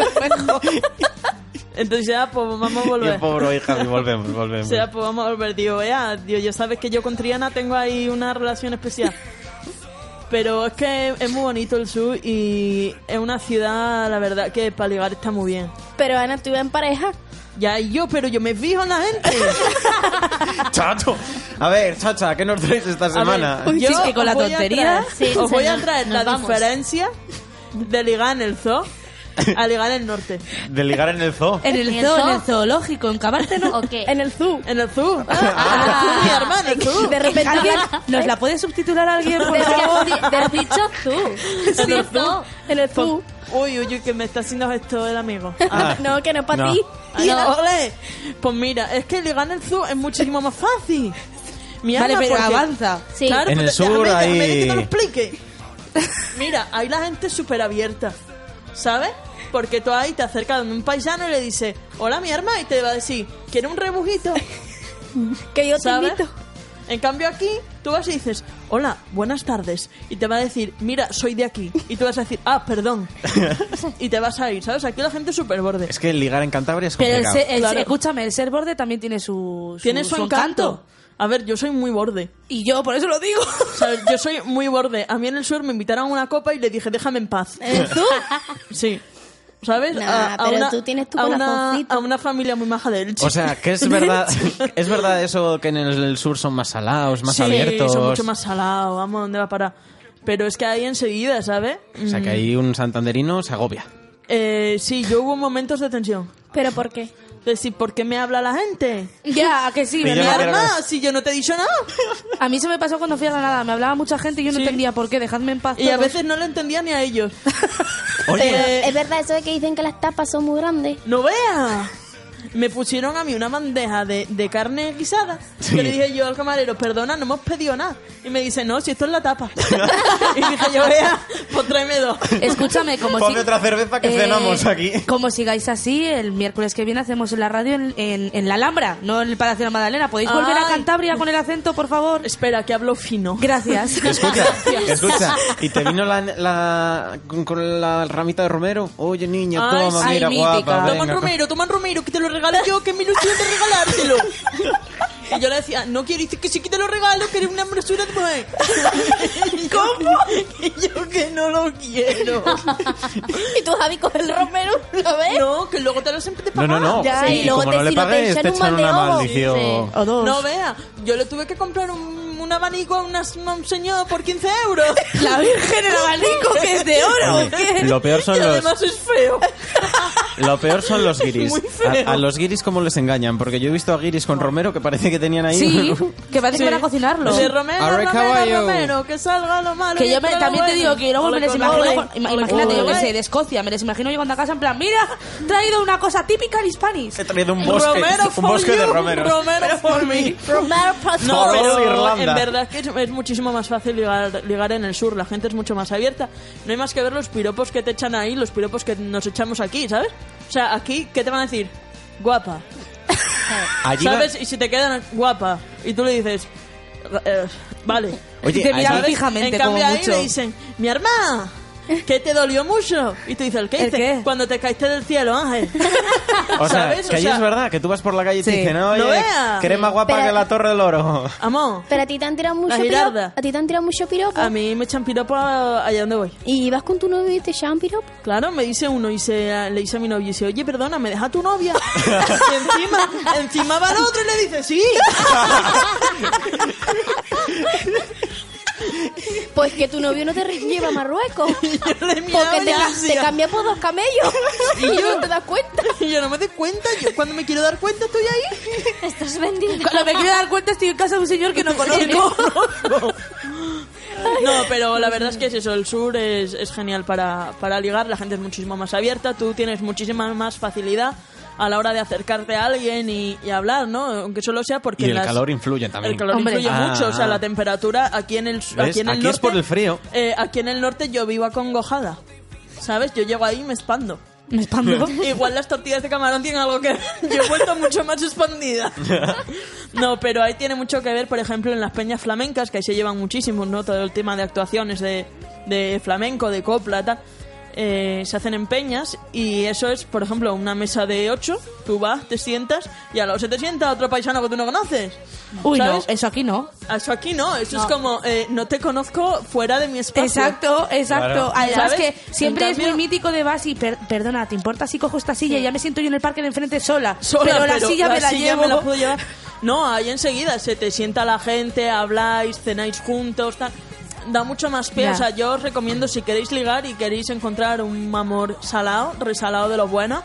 S6: Entonces ya, pues vamos a
S1: Y el
S6: volver.
S1: pobre hija, y volvemos,
S6: O
S1: volvemos.
S6: sea, pues vamos a volver. Digo, vea, digo, yo sabes que yo con Triana tengo ahí una relación especial. Pero es que es muy bonito el sur y es una ciudad, la verdad, que para ligar está muy bien.
S9: Pero Ana, tú ibas en pareja.
S6: Ya, y yo, pero yo me fijo en la gente.
S1: ¡Chacho! A ver, chacha, ¿qué nos traes esta
S6: A ver,
S1: semana?
S8: Uy, sí, que con
S6: os
S8: la
S6: voy a
S8: tontería.
S6: traer-
S7: Sí,
S6: os
S7: sí,
S6: voy a
S7: no,
S6: traer
S7: nos
S6: la
S7: vamos.
S6: diferencia de ligar en el zoo a ligar en el norte.
S1: De ligar en el zoo.
S8: En el,
S7: ¿En el
S8: zoo, en
S7: zoo?
S8: el zoológico, en Cabárceno.
S7: ¿O qué?
S9: En el zoo.
S6: En el zoo.
S8: Ah.
S6: En el zoo, mi hermana, en el zoo.
S9: De repente
S8: ¿Alguien
S9: hablan-
S8: nos la puede subtitular alguien, por
S7: Te
S8: favor?
S7: has- te has dicho tú.
S9: Sí,
S6: el zoo. Pues,
S9: En el zoo.
S6: Uy, uy, uy, que me está haciendo esto el amigo.
S1: Ah.
S9: no, que no es para
S1: No.
S9: ti.
S6: Ah, no, ole. Pues mira, es que ligar en el zoo es muchísimo más fácil. Mi
S8: Vale,
S6: alma,
S8: pero
S6: porque-
S8: avanza.
S7: Sí.
S6: Claro,
S1: En
S6: pues
S1: el sur
S6: déjame- déjame
S1: hay-
S6: que te lo explique. Mira, ahí la gente es súper abierta, ¿sabes? Porque tú ahí te acercas a un paisano y le dices, hola mi hermana, y te va a decir, ¿quieres un rebujito?
S9: [LAUGHS] Que yo
S6: ¿Sabes?
S9: te invito.
S6: En cambio aquí, tú vas y dices, hola, buenas tardes. Y te va a decir, mira, soy de aquí. Y tú vas a decir, ah, perdón. y te vas a ir, ¿sabes? Aquí la gente es súper borde.
S1: Es que ligar en Cantabria es
S8: Pero el,
S1: complicado.
S8: se- el-
S6: Claro.
S8: escúchame, el ser borde también tiene Pues su, su-
S6: Tiene su, encanto. A ver, yo soy muy borde.
S8: Y yo por eso lo digo.
S6: O sea, yo soy muy borde. A mí en el sur me invitaron a una copa y le dije, déjame en paz.
S9: zoo.
S6: [LAUGHS] Sí. ¿Sabes?
S9: Nah, pero tú tienes tu
S6: a una,
S9: corazoncito.
S6: a una familia muy maja de Elche.
S1: O sea,
S6: [LAUGHS]
S1: que es verdad, [LAUGHS] es verdad eso que en el sur son más salados, más
S6: sí,
S1: abiertos.
S6: son mucho más salados. Vamos, ¿dónde va a parar? Pero es que ahí enseguida, ¿sabes?
S1: O sea, que ahí un santanderino se
S6: [LAUGHS]
S1: agobia.
S6: Eh, sí, yo hubo momentos de tensión.
S9: ¿Pero por qué?
S6: Es Decir, ¿por qué me habla la gente?
S8: ya, ¿a que sí.
S1: Y
S6: Mi
S1: yo no
S8: ¿verdad?
S1: quiero
S6: arma,
S1: que-
S6: si yo no te he dicho nada.
S8: A mí se me pasó cuando fui a Granada. Me hablaba mucha gente y yo no
S6: Sí.
S8: entendía por qué. Dejadme en paz.
S6: Y a
S8: todos.
S6: veces no lo entendía ni a ellos.
S1: Oye,
S6: Eh,
S9: Es verdad eso de que dicen que las tapas son muy grandes.
S6: ¡No vea! me pusieron a mí una bandeja de, de carne guisada. Yo le dije yo al camarero, perdona, no hemos pedido nada. Y me dice, no, si esto es la tapa. [LAUGHS] y dije yo, vea, pues tráeme dos.
S8: Escúchame, como si... Eh,
S1: aquí.
S8: Como sigáis así, el miércoles que viene hacemos en la radio en, en- en la Alhambra, no en el Palacio de la Magdalena. ¿Podéis volver a
S6: Ay.
S8: Cantabria con el acento, por favor?
S6: Espera, que hablo fino.
S8: Gracias.
S1: Escucha,
S6: [LAUGHS]
S1: escucha. ¿Y te vino la, la- con, con la ramita de romero? Oye, niña,
S6: Ay,
S1: toma,
S6: sí,
S1: mira,
S6: mítica.
S1: guapa.
S6: Toma
S1: venga.
S6: Romero, toma Romero, que te lo regalo yo, que es mi ilusión de regalártelo. Y yo le decía, no quiero, y dice que sí que te lo regalo, que eres una hermosura de mujer. [LAUGHS] ¿Cómo? Y yo que no lo quiero.
S9: Y tú, Javi, con el romero, ¿lo ves?
S6: No, que luego te lo siempre te
S1: No, no, no.
S6: Ya,
S1: Sí,
S6: y luego
S1: como
S6: te-
S1: no le
S6: si no te
S1: pagues,
S6: echan
S1: te
S6: un
S1: echan una
S6: manteo,
S1: maldición.
S8: O dos.
S6: No vea, yo le tuve que comprar un, un abanico a unas- a un señor por 15 euros.
S8: [LAUGHS] La Virgen, el abanico, que es de oro,
S6: [LAUGHS]
S1: Oye, ¿o qué? lo peor son
S6: Y
S1: los-
S6: además es feo.
S1: Lo peor
S6: [LAUGHS]
S1: son los guiris.
S6: Muy feo.
S1: A, a los guiris, ¿cómo les engañan? Porque yo he visto a guiris con romero que parece que tenían ahí.
S6: [LAUGHS]
S8: Sí, que parece que van a cocinarlo.
S6: De Romero,
S1: Arre,
S6: Romero,
S1: caballo.
S6: Romero, que salga [LAUGHS] lo malo.
S8: Que
S6: y
S8: yo me-
S6: entra lo
S8: también te
S6: bueno.
S8: digo que yo luego
S6: Ole,
S8: me les
S6: ole,
S8: imagino,
S6: ole.
S8: ima-
S6: Ole,
S8: imagínate, yo
S6: ole.
S8: que sé, de Escocia, me les imagino llegando a casa en plan, mira, he traído una cosa típica de Hispanics. He
S1: traído un bosque, Romero un for bosque de you, romeros.
S6: Romero for me.
S9: Romero for
S6: No,
S1: Romero
S6: pero
S1: de Irlanda.
S6: en verdad que es, es muchísimo más fácil ligar, ligar en el sur. La gente es mucho más abierta. No hay más que ver los piropos que te echan ahí, los piropos que nos echamos aquí, ¿sabes? O sea, aquí, ¿qué te van a decir? Guapa.
S1: Allí va-
S6: ¿Sabes? Y si te quedan guapa y tú le dices, eh, vale.
S1: Oye,
S6: Y te
S1: allí-
S6: miran
S1: ¿sabes?
S6: fijamente. En
S8: como
S6: cambio, ahí
S8: mucho.
S6: le dicen, mi hermana, que te dolió mucho. Y tú dices, ¿el qué?
S8: [LAUGHS] ¿El
S6: Dice,
S8: qué?
S6: Cuando te caíste del cielo, Ángel.
S1: [LAUGHS] O sea,
S6: ¿sabes? O
S1: que allí
S6: sea-
S1: es verdad, que tú vas por la calle y
S6: Sí.
S1: te dicen,
S6: No
S1: oye,
S6: vea.
S1: crema guapa
S6: Pero-
S1: que la Torre del Oro.
S6: Amor.
S9: Pero a ti te han tirado mucho
S6: La
S9: piropo.
S6: girarda.
S9: A ti te han tirado mucho piropo.
S6: A mí me echan piropo allá donde voy.
S9: ¿Y vas con tu novio y te llaman piropo?
S6: Claro, me dice uno y se- le dice a mi novio y dice, oye, perdona, ¿me deja tu novia? y encima, encima va el otro y le dice, sí.
S9: [LAUGHS] Pues que tu novio no te re- lleva a
S6: [LAUGHS]
S9: Marruecos. Porque te,
S6: miraba
S9: ca-
S6: y
S9: te
S6: decía-
S9: cambia por dos camellos.
S6: [LAUGHS] Y
S9: Y
S6: yo-
S9: [LAUGHS] no te das cuenta.
S6: Y [LAUGHS] yo no me doy cuenta, yo cuando me quiero dar cuenta estoy ahí.
S9: [LAUGHS] Estás bendita.
S8: Cuando me quiero dar cuenta estoy en casa de un señor
S6: [LAUGHS]
S8: que no conozco.
S6: No, pero la verdad es que es eso, el sur es, es genial para, para ligar, la gente es muchísimo más abierta, tú tienes muchísima más facilidad a la hora de acercarte a alguien y, y hablar, ¿no? Aunque solo sea porque
S1: Y el
S6: las-
S1: calor influye también.
S6: El calor influye
S1: Ah,
S6: mucho, o sea,
S1: ah.
S6: la temperatura aquí en el su-
S1: ¿Ves?
S6: aquí en el
S1: Aquí es
S6: norte,
S1: por el frío.
S6: eh, aquí en el norte yo vivo acongojada, ¿sabes? Yo llego ahí y me espando.
S8: Me espando.
S6: [LAUGHS] Igual las tortillas de camarón tienen algo que ver. Yo he vuelto mucho más
S1: [LAUGHS]
S6: expandida. No, pero ahí tiene mucho que ver, por ejemplo, en las peñas flamencas, que ahí se llevan muchísimos, ¿no? Todo el tema de actuaciones de, de flamenco, de copla, tal. Eh, se hacen en peñas y eso es, por ejemplo, una mesa de ocho, tú vas, te sientas y a los se te sienta otro paisano que tú no conoces.
S8: Uy, no,
S6: ¿Sabes?
S8: eso aquí no.
S6: Eso aquí no, eso
S8: No.
S6: es como, eh, no te conozco fuera de mi espacio.
S8: Exacto, exacto.
S6: Claro.
S8: Además
S6: ¿Sabes?
S8: que siempre
S6: En
S8: es muy mítico de vas y per- perdona, ¿te importa si cojo esta silla? Ya me siento yo en el parque de enfrente sola.
S6: sola,
S8: pero la silla me la
S6: silla
S8: llevo.
S6: me la puedo llevar. No, ahí enseguida se te sienta la gente, habláis, cenáis juntos, tal. Da mucho más pie.
S8: Ya.
S6: O sea, yo os recomiendo si queréis ligar y queréis encontrar un amor salado, resalado de lo bueno,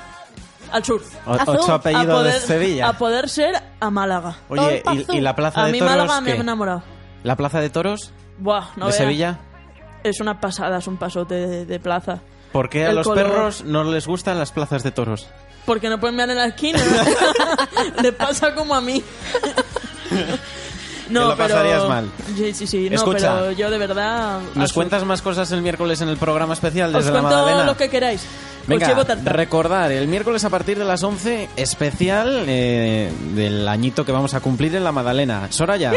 S6: al sur.
S1: O- Azul. ocho apellidos de Sevilla.
S6: A poder ser a Málaga.
S1: Oye, ¿y, y la plaza
S6: a
S1: de
S6: mí
S1: toros?
S6: Málaga me
S1: qué?
S6: ha enamorado.
S1: ¿La plaza de toros
S6: Buah, no
S1: de
S6: veas.
S1: Sevilla?
S6: Es una pasada, es un pasote de, de plaza.
S1: ¿Por qué a
S6: El
S1: los
S6: color. Ah,
S1: perros no les gustan las plazas de toros?
S6: Porque no pueden mirar en la
S1: [LAUGHS]
S6: esquina. Le pasa como a mí.
S1: Te lo pasarías mal.
S6: Sí, sí, sí. No,
S1: Escucha.
S6: pero yo de verdad.
S1: ¿Nos
S6: os-
S1: cuentas más cosas el miércoles en el programa especial
S6: Os
S1: desde la
S6: cuento
S1: Magdalena?
S6: lo que queráis.
S1: Venga,
S6: Os llevo tarta.
S1: recordar, el miércoles a partir de las 11, especial eh, del añito que vamos a cumplir en la Magdalena. Soraya,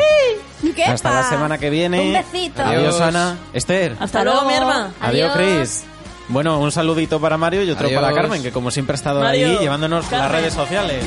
S9: ¿Qué
S1: hasta la semana que viene.
S9: Un besito.
S1: Adiós,
S9: Adiós.
S1: Ana. Esther.
S6: Hasta luego, mi hermana.
S1: Adiós, Chris. Bueno, un saludito para Mario y otro
S2: Adiós.
S1: para Carmen, que como siempre ha estado
S2: Mario,
S1: ahí llevándonos las
S2: Carmen.
S1: redes sociales.